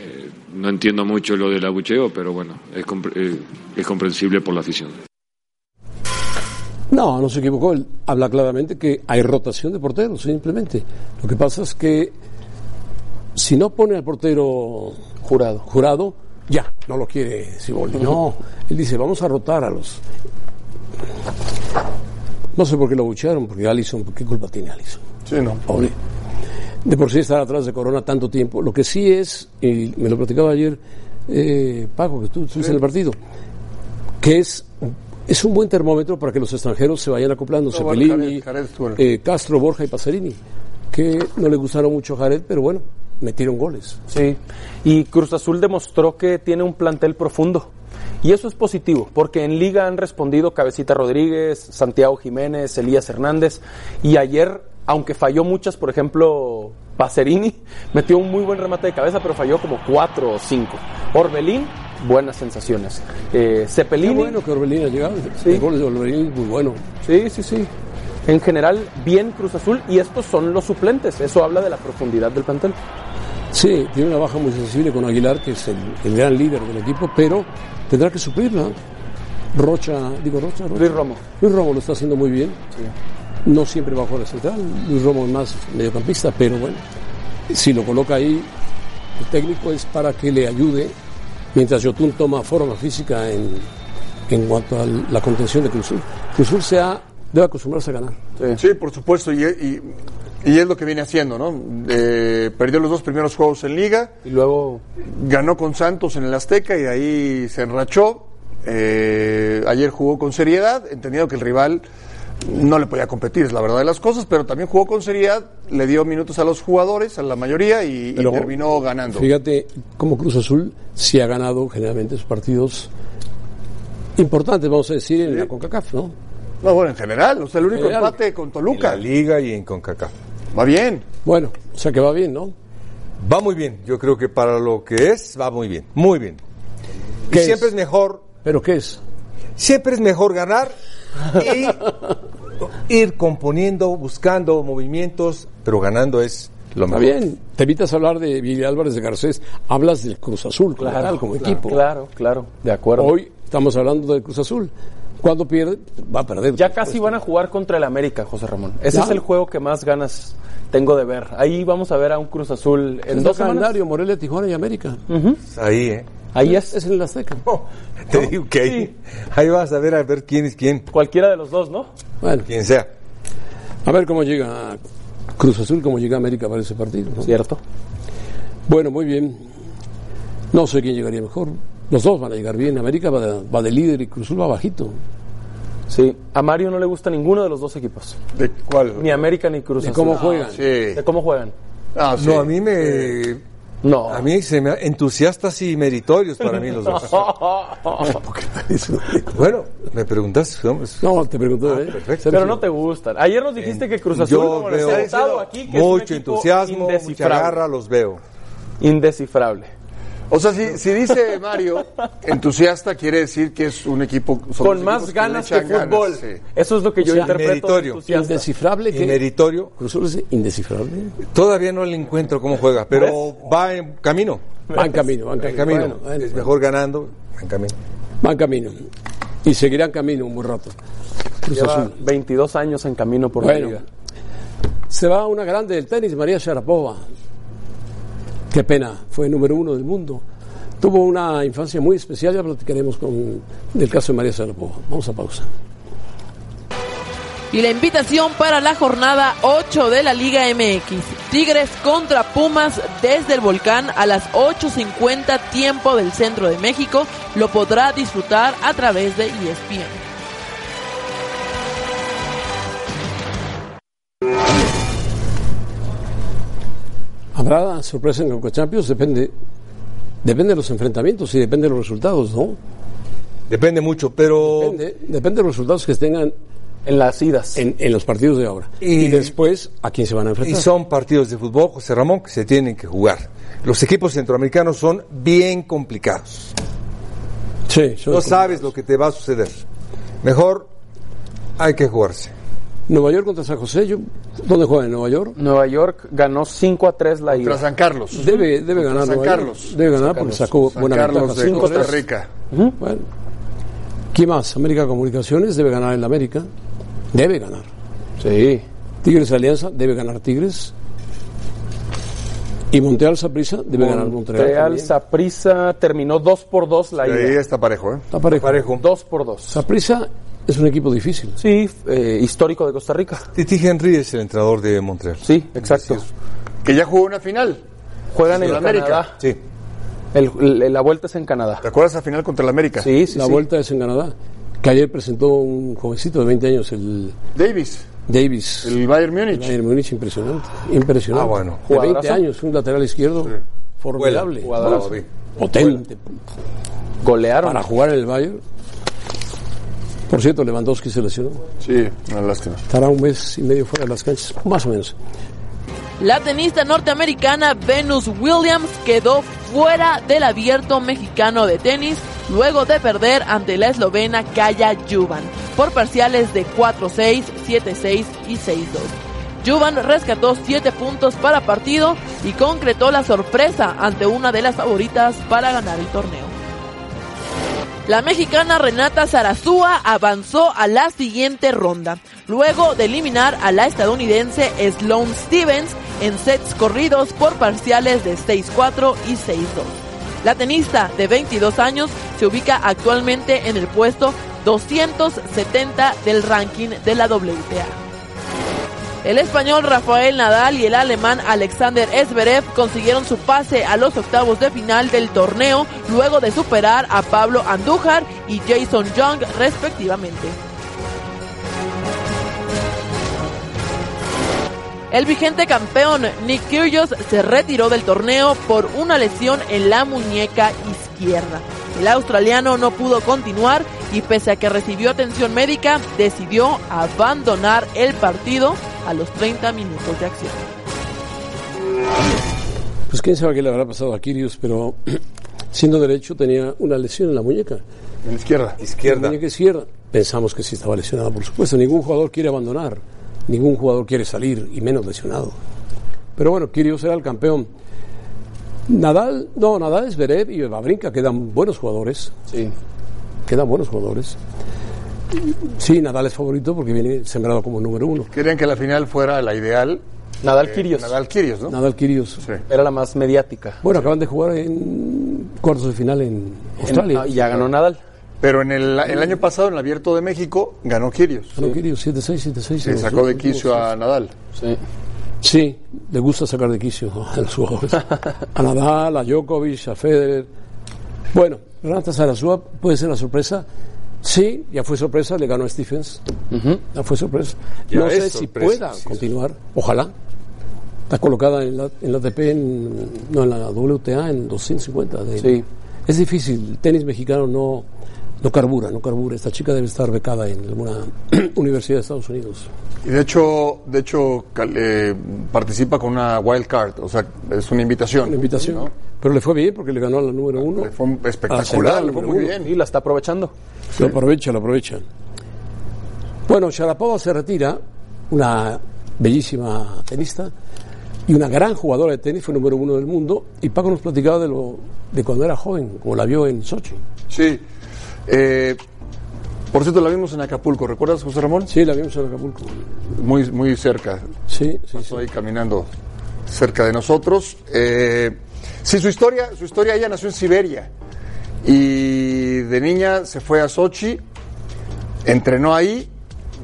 S9: Eh, no entiendo mucho lo del abucheo, pero bueno, es, compre- eh, es comprensible por la afición.
S1: No, no se equivocó. Él habla claramente que hay rotación de porteros, simplemente. Lo que pasa es que si no pone al portero jurado, jurado ya, no lo quiere Siboldi. No, él dice, vamos a rotar a los... No sé por qué lo bucharon, porque Allison, ¿por ¿qué culpa tiene Allison?
S5: Sí, no.
S1: Ole. De por sí estar atrás de Corona tanto tiempo. Lo que sí es, y me lo platicaba ayer eh, Paco, que tú estuviste en el partido, que es, es un buen termómetro para que los extranjeros se vayan acoplando. Cepelini,
S5: Jared- Jared estuvo en el-
S1: eh, Castro, Borja y Pasarini, que no le gustaron mucho a Jared, pero bueno, metieron goles.
S3: Sí, y Cruz Azul demostró que tiene un plantel profundo. Y eso es positivo, porque en liga han respondido Cabecita Rodríguez, Santiago Jiménez, Elías Hernández, y ayer, aunque falló muchas, por ejemplo, Pacerini, [LAUGHS] metió un muy buen remate de cabeza, pero falló como cuatro o cinco. Orbelín, buenas sensaciones. Eh,
S1: Qué
S3: Cepelini,
S1: bueno que Orbelín ha llegado.
S3: Sí.
S1: El gol de Orbelín es muy bueno.
S3: sí, sí, sí. En general, bien Cruz Azul y estos son los suplentes. Eso habla de la profundidad del plantel.
S1: Sí, tiene una baja muy sensible con Aguilar, que es el, el gran líder del equipo, pero tendrá que suplirla. Rocha, digo Rocha, Rocha.
S3: Luis Romo.
S1: Luis Romo lo está haciendo muy bien. No siempre bajo la central. Luis Romo es más mediocampista, pero bueno, si lo coloca ahí, el técnico es para que le ayude mientras Yotun toma forma física en, en cuanto a la contención de Cruzul. Cruzul se ha, debe acostumbrarse a ganar.
S5: Sí, por supuesto, y, y- y es lo que viene haciendo, ¿no? Eh, perdió los dos primeros juegos en liga,
S3: Y luego
S5: ganó con Santos en el Azteca y de ahí se enrachó. Eh, ayer jugó con seriedad, entendiendo que el rival no le podía competir, es la verdad de las cosas, pero también jugó con seriedad, le dio minutos a los jugadores, a la mayoría, y, y
S1: Pero-
S5: terminó ganando.
S1: Fíjate cómo Cruz Azul sí ha ganado generalmente sus partidos importantes, vamos a decir, en la CONCACAF, ¿no?
S5: No, bueno, en general, o sea, el único
S1: General.
S2: [LAUGHS]
S5: empate con Toluca.
S2: La liga y en CONCACAF.
S5: Va bien.
S1: Bueno, o sea que va bien, ¿no?
S2: Va muy bien, yo creo que para lo que es, va muy bien, muy bien. Y
S1: ¿Qué es?
S2: siempre es mejor,
S1: ¿Pero qué es?
S2: siempre es mejor ganar y ir componiendo, buscando movimientos, pero ganando es lo
S1: Está
S2: mejor.
S1: bien. Te evitas hablar de Billy Álvarez de Garcés, hablas del Cruz Azul como tal, como equipo.
S3: Claro, claro, de acuerdo.
S1: Hoy estamos hablando del Cruz Azul. Cuando pierde, va a perder.
S3: Ya casi van a jugar contra el América, José Ramón. Ese
S1: Ya.
S3: es el juego que más ganas tengo de ver. Ahí vamos a ver a un Cruz Azul en
S1: En
S3: dos
S1: dos
S3: semanas.
S1: calendario, Morelia, Tijuana y América.
S2: Ahí, ¿eh?
S3: Ahí es,
S1: Es en el Azteca.
S2: [LAUGHS] Oh, Te digo que ahí, ahí vas a ver a ver quién es quién,
S3: cualquiera de los dos, ¿no?
S1: Bueno,
S2: quien sea.
S1: a ver cómo llega Cruz Azul, cómo llega América para ese partido. ¿no?
S3: Cierto.
S1: Bueno, muy bien. No sé quién llegaría mejor. Los dos van a llegar bien. América va de, va de líder y Cruzul va bajito.
S3: Sí. A Mario no le gusta ninguno de los dos equipos.
S5: ¿De cuál?
S3: Ni América ni Cruz
S1: De
S3: Azul.
S1: cómo
S2: Ah,
S1: juegan.
S5: Sí.
S3: ¿De cómo juegan?
S5: Ah, sí.
S2: No, a mí me...
S3: No.
S2: A mí se me... Entusiastas y meritorios para mí los
S1: [LAUGHS]
S2: dos. [LAUGHS]
S3: [LAUGHS]
S2: Bueno, me preguntas... hombre,
S1: No, te pregunto. ¿eh?
S2: perfecto.
S3: Pero no te gustan. Ayer nos dijiste que Cruz Azul,
S2: Yo
S3: como les he
S2: veo
S3: contado aquí, que es un
S2: mucho
S3: equipo
S2: entusiasmo, mucha
S3: indescifrable.
S2: garra, los veo.
S3: Indescifrable.
S5: O sea, si, si dice Mario entusiasta, quiere decir que es un equipo son
S3: Con
S5: los
S3: más
S5: equipos le
S3: ganas que
S5: echan ganas,
S3: fútbol.
S5: sí.
S3: Eso es lo que yo
S2: sea,
S3: interpreto. de
S2: meritorio.
S3: entusiasta.
S1: Indescifrable
S2: Y
S1: que.
S2: meritorio,
S1: Cruzul es indescifrable.
S2: todavía no le encuentro cómo juega, pero va en camino.
S1: Van camino, van
S2: Va en
S1: camino.
S2: camino.
S1: Bueno, bueno,
S2: es mejor ganando, va en camino.
S1: Van camino. Y seguirán camino un buen rato. Cruz
S3: Lleva
S1: Azul.
S3: 22 años en camino por la
S1: Bueno,
S3: liga.
S1: se va una grande del tenis, María Sharapova. Qué pena, fue número uno del mundo. Tuvo una infancia muy especial, ya platicaremos con, del caso de María Sharapova. Vamos a pausa.
S10: Y la invitación para la jornada 8 de la Liga MX. Tigres contra Pumas desde el volcán a las 8.50 tiempo del centro de México. Lo podrá disfrutar a través de E ESPN.
S1: ¿Habrá sorpresa en Conca Champions? Depende, depende de los enfrentamientos y depende de los resultados, ¿no?
S2: Depende mucho, pero
S1: Depende, depende de los resultados que tengan
S3: En las idas.
S1: en, en los partidos de ahora. Y,
S2: Y-
S1: después, ¿a quién se van a
S2: y
S1: enfrentar?
S2: son partidos de fútbol, José Ramón, que se tienen que jugar. Los equipos centroamericanos son bien complicados.
S1: Sí, son-
S2: No sabes lo que te va a suceder. Mejor hay que jugarse.
S1: Nueva York contra San José. yo- ¿Dónde juega? ¿En Nueva York?
S3: Nueva York ganó 5 a 3 la
S5: Contra
S3: ida.
S5: San Carlos.
S1: Debe, debe ganar
S5: San
S1: Nueva
S5: Carlos.
S1: York. Debe ganar porque sacó
S5: San
S1: buena
S5: Carlos
S1: ventaja.
S5: de
S1: Cinco,
S5: Costa
S1: tres.
S5: Rica.
S1: Bueno. ¿Quién más? América Comunicaciones debe ganar el América. Debe ganar.
S3: Sí.
S1: Tigres Alianza debe ganar Tigres. Y Montreal Saprissa debe ganar Montreal.
S3: Real
S1: también.
S3: Saprissa terminó 2 por 2 la
S5: Ahí
S3: ida.
S5: está parejo, ¿eh?
S1: Está parejo.
S2: Parejo.
S3: 2 por 2.
S1: Saprissa es un equipo difícil.
S3: Sí, eh, histórico de Costa Rica.
S2: Titi Henry es el entrenador de Montreal.
S3: Sí, exacto.
S5: Que ya jugó una final.
S3: Juegan en
S5: Sí, América.
S3: Canadá.
S2: Sí.
S3: El- el- la vuelta es en Canadá.
S5: ¿Te acuerdas la final contra el América?
S3: Sí, sí,
S1: La
S3: sí.
S1: vuelta es en Canadá. Que ayer presentó un jovencito de 20 años, el
S5: Davis,
S1: Davis.
S5: el Bayern Múnich.
S1: Bayern Múnich, impresionante. Impresionante.
S2: Ah, bueno.
S1: De 20
S3: Jugadorazo.
S1: años, un lateral izquierdo formidable.
S3: Vuela, jugadorazo.
S1: Bueno, Potente.
S3: Golearon.
S1: Para jugar en el Bayern. Por cierto, Lewandowski se lesionó.
S5: Sí, una Ah, lástima.
S1: Estará un mes y medio fuera de las canchas, más o menos.
S10: La tenista norteamericana Venus Williams quedó fuera del abierto mexicano de tenis luego de perder ante la eslovena Kaya Juvan. por parciales de 4-6, 7-6 y 6-2. Juvan rescató 7 puntos para partido y concretó la sorpresa ante una de las favoritas para ganar el torneo. La mexicana Renata Zarazúa avanzó a la siguiente ronda, luego de eliminar a la estadounidense Sloane Stevens en sets corridos por parciales de 6-4 y 6-2. La tenista de 22 años se ubica actualmente en el puesto 270 del ranking de la WTA. El español Rafael Nadal y el alemán Alexander Zverev consiguieron su pase a los octavos de final del torneo luego de superar a Pablo Andújar y Jason Young respectivamente. El vigente campeón Nick Kyrgios se retiró del torneo por una lesión en la muñeca izquierda. El australiano no pudo continuar y pese a que recibió atención médica, decidió abandonar el partido a los 30 minutos de acción.
S1: Pues quién sabe qué le habrá pasado a Kirius, pero [CLEARS THROAT] siendo derecho tenía una lesión en la muñeca.
S5: En la izquierda.
S1: En la muñeca izquierda. Pensamos que sí estaba lesionada, por supuesto. Ningún jugador quiere abandonar, ningún jugador quiere salir, y menos lesionado. Pero bueno, Kirius era el campeón. Nadal, no, Nadal es Berev y Babrinka, quedan buenos jugadores. Sí. Quedan buenos jugadores. Sí, Nadal es favorito porque viene sembrado como número uno.
S5: Querían que la final fuera la ideal.
S3: Nadal Kyrgios.
S5: Eh, Nadal Kyrgios, ¿no?
S1: Nadal Kyrgios.
S3: Era la más mediática.
S1: Bueno, acaban de jugar en cuartos de final en Australia.
S3: y ah, ya ganó Nadal.
S5: Pero en el, el año pasado, en el Abierto de México, ganó Kirios.
S1: Ganó Kyrgios 7-6, 7-6.
S5: Se sacó de quicio a Nadal.
S3: Sí.
S1: Sí, le gusta sacar de quicio a [LAUGHS] los jugadores. A Nadal, a Djokovic, a Federer. Bueno, Renata Sarasúa puede ser la sorpresa. Sí, ya fue sorpresa, le ganó a Stephens. Ya fue sorpresa.
S5: Ya
S1: no
S5: es
S1: sé si
S5: sorpresa,
S1: pueda
S5: sí, sí.
S1: continuar, ojalá. Está colocada en la, en la ATP, en, no, en la WTA, en 250. de-
S3: Sí.
S1: Es difícil, el tenis mexicano no, no carbura, no carbura. Esta chica debe estar becada en alguna [CLEARS THROAT] universidad de Estados Unidos.
S5: Y de hecho, de hecho cal- eh, participa con una wild card, o sea, es una invitación.
S1: Una invitación.
S5: ¿no?
S1: Pero le fue bien porque le ganó a la número uno.
S5: Le fue un-
S1: A Serrano,
S5: espectacular, le fue
S1: número
S5: muy
S1: uno.
S5: bien.
S3: Y la está aprovechando.
S1: Lo aprovecha, lo aprovecha. Bueno, Sharapova se retira, una bellísima tenista y una gran jugadora de tenis, fue número uno del mundo. Y Paco nos platicaba de, lo, de cuando era joven, como la vio en Sochi.
S5: Sí. Eh, por cierto, la vimos en Acapulco, ¿recuerdas, José Ramón?
S1: Sí, la vimos en Acapulco.
S5: Muy, muy cerca.
S1: Sí, sí, sí.
S5: Pasó ahí caminando cerca de nosotros. Eh, sí, su historia, su historia, ella nació en Siberia y de niña se fue a Sochi, entrenó ahí,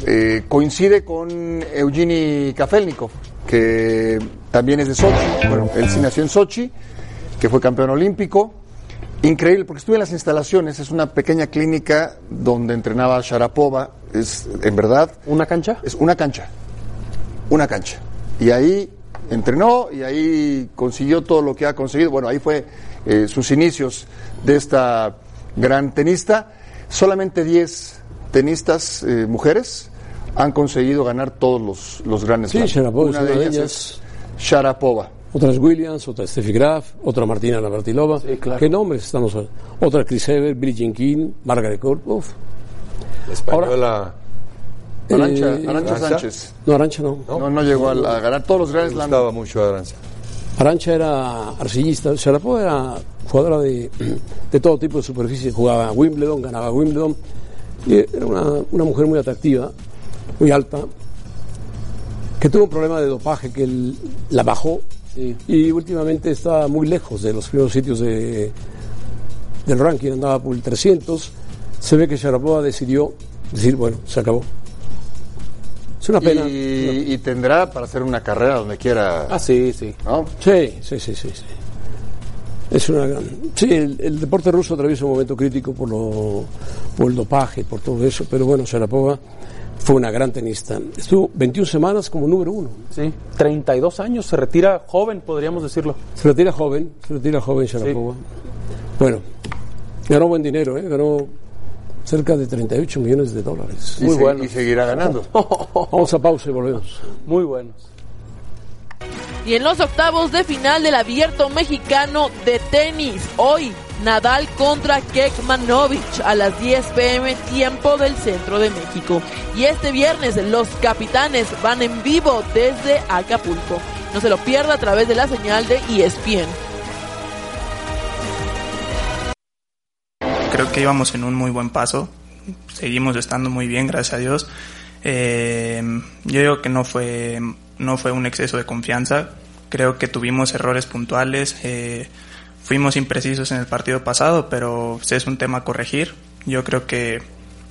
S5: eh, coincide con Eugeni Kafelnikov, que también es de Sochi, bueno, él sí nació en Sochi, que fue campeón olímpico. Increíble, porque estuve en las instalaciones, es una pequeña clínica donde entrenaba Sharapova, es en verdad
S3: ¿Una cancha?
S5: es una cancha. Una cancha. Y ahí entrenó y ahí consiguió todo lo que ha conseguido. Bueno, ahí fue eh, sus inicios de esta gran tenista. Solamente 10 tenistas eh, mujeres han conseguido ganar todos los, los grandes
S1: Sí, Sharapova es
S5: Una de ellas es Sharapova.
S1: Otras Williams, otra Steffi Graf, otra Martina Navratilova.
S3: Sí, claro.
S1: ¿Qué nombres estamos? Otra Chris Ever, Billie Jean King, Margaret Court. Uf.
S2: La española.
S5: Arancha,
S1: Eh,
S5: Arancha
S2: Arancha.
S5: Sánchez.
S1: No, Arancha no.
S5: No, no llegó a, la- a ganar todos los grandes
S2: me
S5: Slam.
S2: gustaba mucho a Aranza.
S1: Arancha era arcillista, Sharapova era jugadora de, de todo tipo de superficie, jugaba a Wimbledon, ganaba a Wimbledon, y era una, una mujer muy atractiva, muy alta, que tuvo un problema de dopaje que l- la bajó y últimamente está muy lejos de los primeros sitios de, del ranking, andaba por el 300, se ve que Sharapova decidió decir, bueno, se acabó. Es una pena.
S5: Y, y tendrá para hacer una carrera donde quiera.
S3: Ah, sí, sí.
S5: ¿no?
S1: Sí, sí, sí, sí. sí. Es una gran... Sí, el, el deporte ruso atraviesa un momento crítico por, lo, por el dopaje, por todo eso, pero bueno, Sharapova fue una gran tenista. Estuvo 21 semanas como número uno.
S3: Sí. 32 años, se retira joven, podríamos decirlo.
S1: Se retira joven, se retira joven Sharapova. Bueno, ganó buen dinero, ¿eh? ganó cerca de 38 millones de dólares.
S5: Y
S3: Muy
S5: se-
S3: bueno.
S5: Y seguirá
S1: [LAUGHS]
S5: ganando.
S1: Vamos a pausa y volvemos.
S3: Muy buenos.
S10: y en los octavos de final del abierto mexicano de tenis. Hoy, Nadal contra Kekmanovic a las 10 pm tiempo del centro de México. Y este viernes los capitanes van en vivo desde Acapulco. No se lo pierda a través de la señal de E ESPN.
S11: Creo que íbamos en un muy buen paso. Seguimos estando muy bien, gracias a Dios. Eh, yo digo que no fue, no fue un exceso de confianza. Creo que tuvimos errores puntuales. eh, fuimos imprecisos en el partido pasado, pero pues, es un tema a corregir. Yo creo que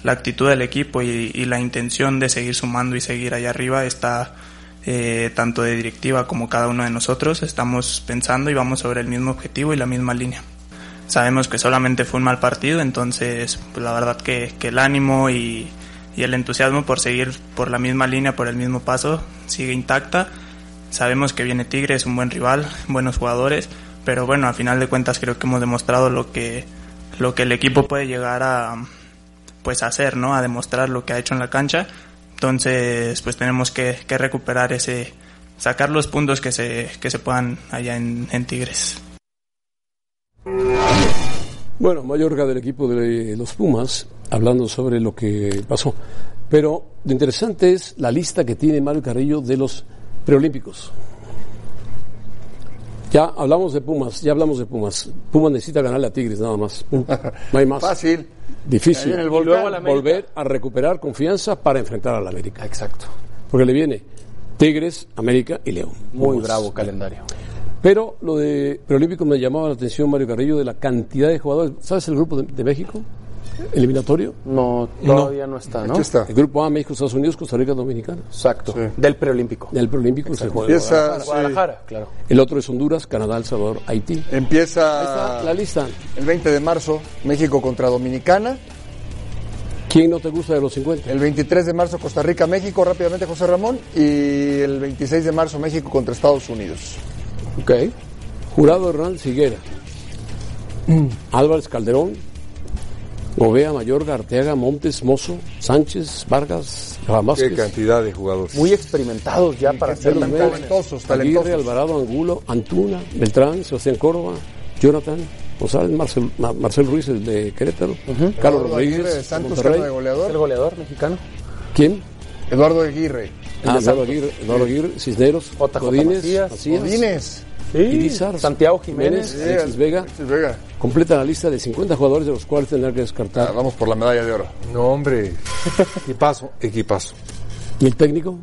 S11: la actitud del equipo y, y la intención de seguir sumando y seguir allá arriba está eh, tanto de directiva como cada uno de nosotros. Estamos pensando y vamos sobre el mismo objetivo y la misma línea. Sabemos que solamente fue un mal partido, entonces pues, la verdad que, que el ánimo y, y el entusiasmo por seguir por la misma línea, por el mismo paso, sigue intacta. Sabemos que viene Tigre, es un buen rival, buenos jugadores, pero bueno, al final de cuentas creo que hemos demostrado lo que, lo que el equipo puede llegar a pues a hacer, ¿no? A demostrar lo que ha hecho en la cancha. Entonces, pues tenemos que, que recuperar ese, sacar los puntos que se, que se puedan allá en- en Tigres.
S1: Bueno, Mallorca del equipo de los Pumas, hablando sobre lo que pasó. Pero lo interesante es la lista que tiene Mario Carrillo de los preolímpicos. Ya hablamos de Pumas, ya hablamos de Pumas. Pumas necesita ganarle a Tigres nada más. Punto. No hay más.
S5: Fácil.
S1: Difícil.
S5: Ahí en el volcán. Y luego a la América.
S1: volver a recuperar confianza para enfrentar a la América. Exacto. Porque le viene Tigres, América y León.
S12: Muy
S1: Pumas.
S12: bravo calendario.
S1: Pero lo de Preolímpico me llamaba la atención, Mario Carrillo, de la cantidad de jugadores. ¿Sabes el grupo de, de México? ¿Eliminatorio?
S12: No, todavía no está, ¿no? Aquí está.
S1: El grupo A, México, Estados Unidos, Costa Rica, Dominicana.
S12: Exacto. Del preolímpico.
S1: Del preolímpico se juega. en
S12: Guadalajara,
S1: Guadalajara.
S12: Guadalajara, claro.
S1: El otro es Honduras, Canadá, El Salvador, Haití.
S5: Empieza
S1: la lista.
S5: El 20 de marzo, México contra Dominicana.
S1: ¿Quién no te gusta de los 50?
S5: El 23 de marzo, Costa Rica, México, rápidamente José Ramón. Y el 26 de marzo, México contra Estados Unidos.
S1: Ok. Jurado Hernández Higuera.
S12: Mm.
S1: Álvarez Calderón. Gobea, Mayorga, Arteaga, Montes, Mozo, Sánchez, Vargas, Vázquez.
S2: Qué cantidad de jugadores.
S12: Muy experimentados ya para ser tan
S1: Beltrán,
S12: jóvenes.
S1: Aguirre, Alvarado, Angulo, Antuna, Beltrán, Sebastián Córdoba, Jonathan González, Marcel, Ma- Marcel Ruiz, el de Querétaro, Carlos
S5: Eduardo
S1: Rodríguez,
S5: Aguirre de Santos,
S1: Monterrey.
S5: que era de goleador.
S12: El goleador mexicano.
S1: ¿Quién?
S5: Eduardo Aguirre.
S1: Ah, Eduardo Aguirre, Eduardo Aguirre, Cisneros, Godínez,
S12: Macías,
S1: Macías,
S5: Godínez.
S12: Sí.
S1: Irizar,
S12: Santiago
S1: Jiménez,
S12: Jiménez.
S1: Alexis Vega. Completa la lista de 50 jugadores de los cuales tendrá que descartar.
S5: Ah, vamos por la medalla de oro.
S2: No,
S3: [LAUGHS]
S2: hombre. Equipazo, equipazo.
S1: ¿Y el técnico?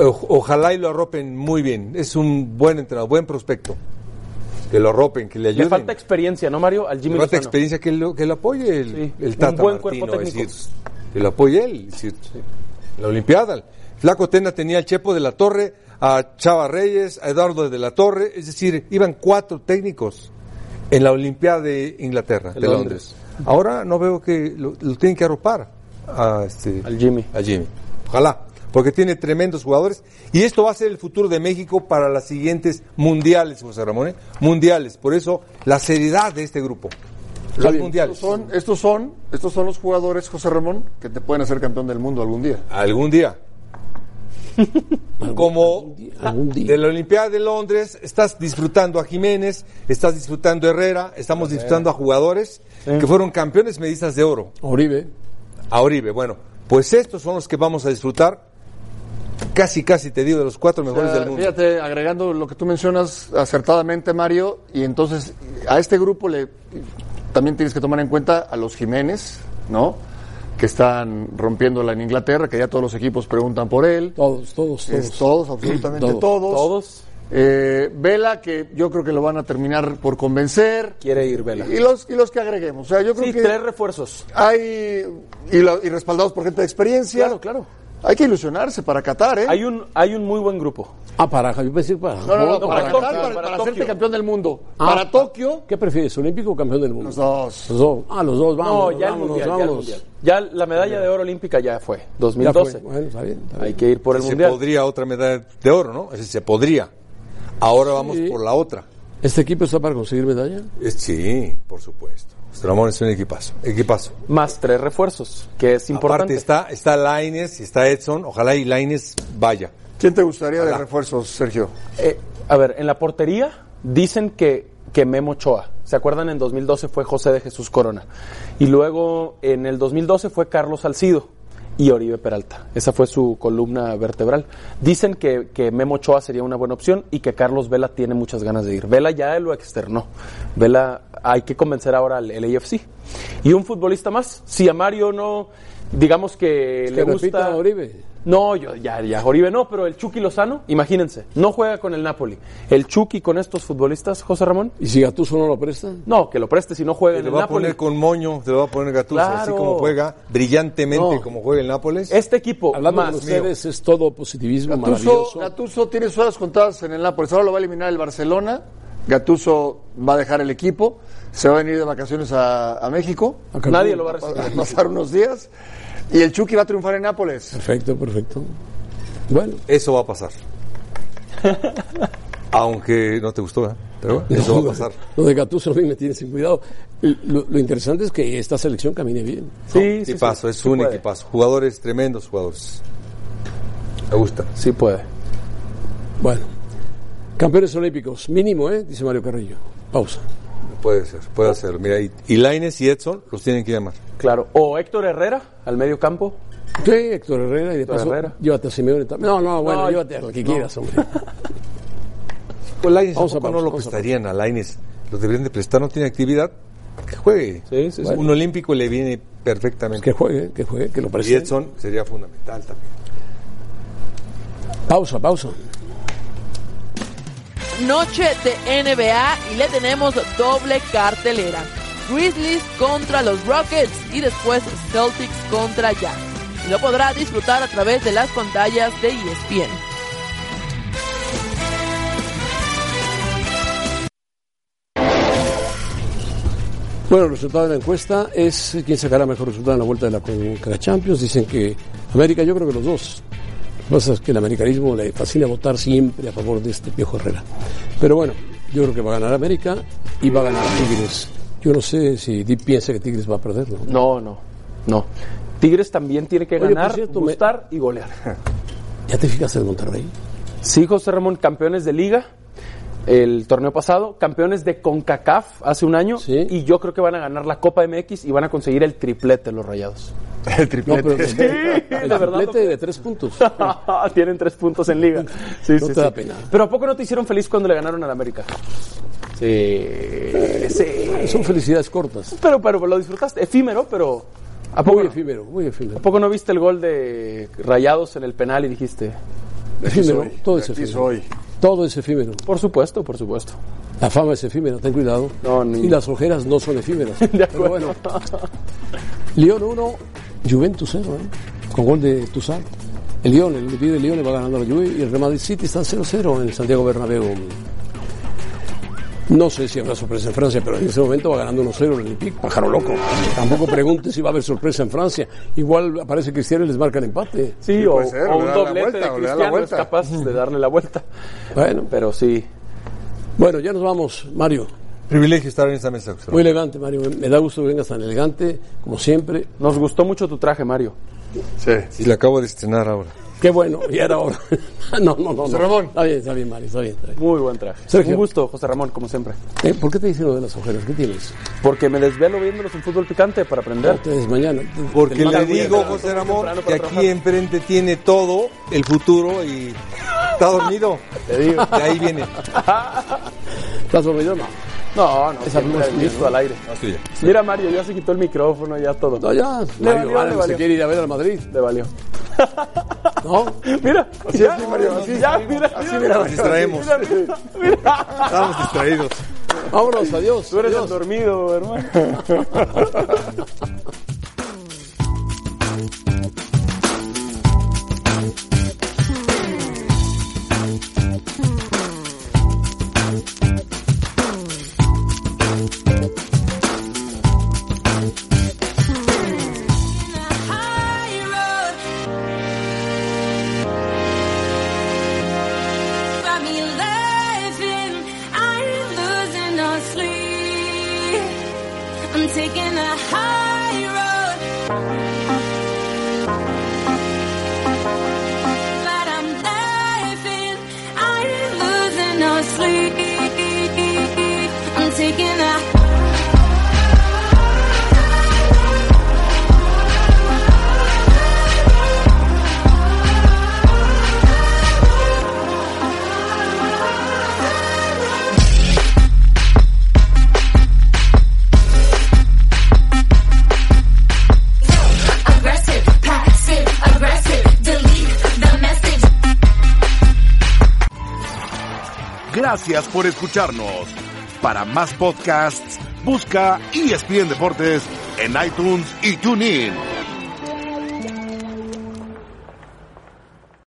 S2: O- ojalá y lo arropen muy bien. Es un buen entrenador, buen prospecto. Que lo arropen, que le ayuden.
S3: Le falta experiencia, ¿no, Mario? Al Jimmy
S2: Le falta
S3: Lozano.
S2: experiencia que lo, que lo apoye el,
S3: Sí,
S2: el
S3: un
S2: Tata
S3: buen
S2: Martino,
S3: cuerpo técnico.
S2: es decir, que lo apoye él. es decir, La Olimpiada. Flaco Tena tenía al Chepo de la Torre, a Chava Reyes, a Eduardo de la Torre. Es decir, iban cuatro técnicos en la Olimpiada de Inglaterra,
S12: De
S2: de Londres. Ahora no veo que lo, lo tienen que arropar a, este,
S12: al Jimmy.
S2: A Jimmy. Ojalá, porque tiene tremendos jugadores. Y esto va a ser el futuro de México para las siguientes mundiales, José Ramón. ¿eh? Mundiales. Por eso, la seriedad de este grupo. Los mundiales.
S5: Estos son, estos son, estos son los jugadores, José Ramón, que te pueden hacer campeón del mundo algún día.
S2: Algún día. Como Ah, de la Olimpiada de Londres, estás disfrutando a Jiménez, estás disfrutando a Herrera, estamos disfrutando a jugadores que fueron campeones medistas de oro.
S1: Oribe.
S2: A Oribe, bueno, pues estos son los que vamos a disfrutar. Casi, casi te digo, de los cuatro mejores
S5: O sea,
S2: del mundo.
S5: Ah, Fíjate, agregando lo que tú mencionas acertadamente, Mario, y entonces a este grupo le también tienes que tomar en cuenta a los Jiménez, ¿no? Que están rompiéndola en Inglaterra, que ya todos los equipos preguntan por él.
S1: Todos, todos, todos.
S5: Es todos, absolutamente
S1: Todos.
S5: todos.
S3: Todos.
S5: Eh, Vela, que yo creo que lo van a terminar por convencer.
S12: Quiere ir Vela.
S5: Y los, y los que agreguemos. O sea, yo creo
S3: Sí,
S5: que
S3: tres refuerzos.
S5: hay. Y, la- y respaldados por gente de experiencia.
S3: Claro, claro.
S5: Hay que ilusionarse para Qatar, ¿eh?
S3: Hay un, hay un muy buen grupo.
S1: Ah, para, yo pensé para.
S5: No, no, no,
S3: No,
S5: para,
S3: para
S5: Qatar,
S3: Tokio,
S5: para-
S3: para
S5: para
S3: Tokio.
S5: hacerte campeón del mundo.
S1: Ah,
S5: para Tokio,
S1: ¿Qué prefieres, olímpico o campeón del mundo?
S5: los dos.
S1: Los dos. Ah, los dos, vamos.
S3: no, ya el
S1: vámonos,
S3: mundial, ya el
S1: vámonos.
S3: mundial. Ya la medalla de oro olímpica ya fue, 2012.
S1: Ya fue. Bueno, está bien, está bien.
S3: Hay que ir por el
S2: se
S3: mundial.
S2: podría otra medalla de oro, ¿no? Es decir, se podría. Ahora vamos por la otra.
S1: ¿Este equipo está para conseguir medalla?
S2: Es- Eh, Sí, por supuesto. Ramón es un equipazo. Equipazo.
S3: Más tres refuerzos, que es importante.
S2: Aparte está, está Laines y está Edson. Ojalá y Laines vaya.
S5: ¿Quién te gustaría de refuerzos, Sergio?
S3: Eh, a ver, en la portería dicen que, que Memo Ochoa. ¿Se acuerdan? En 2012 fue José de Jesús Corona. Y luego en el 2012 fue Carlos Salcido y Oribe Peralta. Esa fue su columna vertebral. Dicen que, que Memo Ochoa sería una buena opción y que Carlos Vela tiene muchas ganas de ir. Vela ya lo externó. Vela, hay que convencer ahora al LAFC. Y un futbolista más, si a Mario no, digamos que,
S1: Que
S3: le
S1: repita
S3: gusta...
S1: a Oribe.
S3: No, yo, ya, ya, Oribe no, pero el Chucky Lozano, imagínense, no juega con el Napoli. El Chucky con estos futbolistas, José Ramón.
S1: ¿Y si Gattuso no lo presta?
S3: No, que lo preste si no juega en
S2: Te
S3: el
S2: lo va a
S3: Napoli.
S2: poner con moño, te lo va a poner Gattuso, así
S3: Claro.
S2: como juega, brillantemente
S3: No.
S2: como juega el Nápoles.
S3: Este equipo,
S1: Hablando
S2: más
S1: con ustedes es todo positivismo
S5: Gattuso,
S1: maravilloso.
S5: Gattuso tiene sus horas contadas en el Nápoles. Ahora lo va a eliminar el Barcelona. Gattuso va a dejar el equipo. Se va a venir de vacaciones a, a México.
S1: A Cancún. Nadie lo va a
S5: [LAUGHS]
S1: recibir.
S5: pa- pasar unos días. Y el Chucky va a triunfar en Nápoles.
S1: Perfecto, perfecto. Bueno.
S2: Eso va a
S3: [LAUGHS]
S2: pasar. Aunque no te gustó, ¿eh? Pero eso va a pasar.
S1: Lo de Gattuso a mí me tiene sin cuidado. Lo, lo interesante es que esta selección camine bien.
S2: Sí, equipazo, es un equipazo. Jugadores, tremendos jugadores. Me gusta.
S3: Sí puede.
S1: Bueno. Campeones olímpicos, mínimo, ¿eh? Dice Mario Carrillo. Pausa.
S2: Puede ser, puede ser. Mira, y, y Lainez y Edson los tienen que llamar.
S3: Claro. O Héctor Herrera, al medio campo.
S1: Sí, Héctor Herrera y de
S3: Héctor
S1: paso,
S3: Herrera.
S1: llévate a Simeone también. No, no, bueno,
S3: No,
S1: llévate al que
S3: no.
S1: quieras, hombre.
S2: Pues Lainez
S1: Vamos a
S2: tampoco
S1: pausa,
S2: no lo
S1: vamos a
S2: prestarían a Lainez. Lo deberían de prestar, no tiene actividad. Que juegue.
S1: Sí, sí, sí.
S2: Un olímpico le viene perfectamente.
S1: Que juegue, que juegue, que lo
S2: Y
S1: preste.
S2: Edson sería fundamental también.
S1: Pausa, pausa.
S10: Noche de NBA y le tenemos doble cartelera. Grizzlies contra los Rockets y después Celtics contra Jazz. Y lo podrá disfrutar a través de las pantallas de E ESPN.
S1: Bueno, el resultado de la encuesta es eh, quién sacará mejor resultado en la vuelta de la CONCACAF Champions. Dicen que América, yo creo que los dos. Lo que pasa es que el americanismo le fascina votar siempre a favor de este viejo Herrera. Pero bueno, yo creo que va a ganar América y va a ganar Tigres. Yo no sé si Di piensa que Tigres va a perder, ¿no?
S3: No, no, no. Tigres también tiene que
S1: Oye, por
S3: ganar,
S1: cierto, me-
S3: gustar y golear.
S1: [LAUGHS] ¿Ya te fijas en Monterrey?
S3: Sí, José Ramón, campeones de liga el torneo pasado, campeones de CONCACAF hace un año y yo creo que van a ganar la Copa MX y van a conseguir el triplete
S1: [LAUGHS]
S3: los Rayados.
S5: El
S1: No, pero
S3: Sí, de
S1: el
S3: verdad,
S1: triplete de tres puntos.
S3: [LAUGHS] Tienen tres puntos en liga. Sí,
S1: No
S3: sí,
S1: te
S3: sí.
S1: da pena.
S3: Pero ¿a poco no te hicieron feliz cuando le ganaron al América? Sí, sí.
S1: Eh, Son felicidades cortas.
S3: Pero, pero lo disfrutaste, efímero, pero ¿a poco,
S1: Muy
S3: no?
S1: efímero, muy efímero.
S3: ¿A poco no viste el gol de Rayados en el penal y dijiste?
S1: Efímero,
S5: soy,
S1: todo es
S5: aquí
S1: efímero.
S5: soy.
S1: Todo es efímero.
S3: Por supuesto, por supuesto.
S1: La fama es efímera, ten cuidado.
S3: No, ni-
S1: Y las ojeras no son efímeras.
S3: [LAUGHS] De acuerdo.
S1: Lyon 1, Juventus 0, con gol de Tuzar. El Lyon, el pie de Lyon le va ganando a la Juve y el Real Madrid City están 0-0 en el Santiago Bernabéu. No sé si habrá sorpresa en Francia, pero en ese momento va ganando 1-0 el Olympique, pájaro loco. Tampoco pregunte si va a haber sorpresa en Francia. Igual aparece Cristiano y les marca el empate.
S3: Sí,
S5: Sí,
S3: o,
S5: puede ser,
S3: o
S5: le
S3: un
S5: da la
S3: doblete
S5: vuelta,
S3: de
S5: o le da la
S3: Cristiano es
S5: vuelta.
S3: capaz de darle la vuelta.
S1: Bueno,
S3: Pero sí,
S1: bueno, ya nos vamos, Mario.
S2: Privilegio estar en esta mesa. José
S1: Muy elegante, Mario. Me da gusto que vengas tan elegante, como siempre.
S3: nos gustó mucho tu traje, Mario.
S2: Y la acabo de estrenar ahora.
S1: Qué bueno, y era ahora. [LAUGHS] no, no, no. no.
S5: Ramón.
S1: Está bien, está bien, Mario, está bien. Está bien.
S3: Muy buen traje.
S1: Sergio.
S3: Un gusto, José Ramón, como siempre.
S1: Eh, ¿Por qué te dicen lo de las ojeras? ¿Qué tienes?
S3: Porque me desvelo viéndolos en fútbol picante para aprender.
S1: Ustedes mañana.
S2: Porque
S1: Te-
S2: le
S1: te-
S2: digo, José Ramón,
S1: [LAUGHS]
S3: temprano
S2: que
S3: para
S2: aquí
S3: trabajar.
S2: enfrente tiene todo el futuro y está dormido. Te digo. De ahí viene.
S1: ¿Estás dormido? No.
S3: No, no,
S1: Esa
S3: siempre
S1: pluma es tuya,
S3: listo al aire. Mira, Mario, ya se quitó el micrófono, ya todo.
S1: No, ya.
S3: Le
S1: Mario,
S3: valió,
S1: ahora
S3: le
S1: se
S3: valió.
S1: quiere ir a ver al Madrid.
S3: Le valió.
S1: ¿No?
S3: [LAUGHS] Mira, ya, ya, mira, mira, mira,
S2: Nos distraemos.
S3: mira, mira, mira.
S2: Estamos distraídos.
S1: Vámonos, adiós.
S3: Tú eres el
S1: adiós.
S3: dormido, hermano.
S1: [LAUGHS]
S13: Got me laughing. I'm losing all sleep. I'm taking a high road.
S7: Gracias por escucharnos. Para más podcasts, busca ESPN Deportes en iTunes y TuneIn.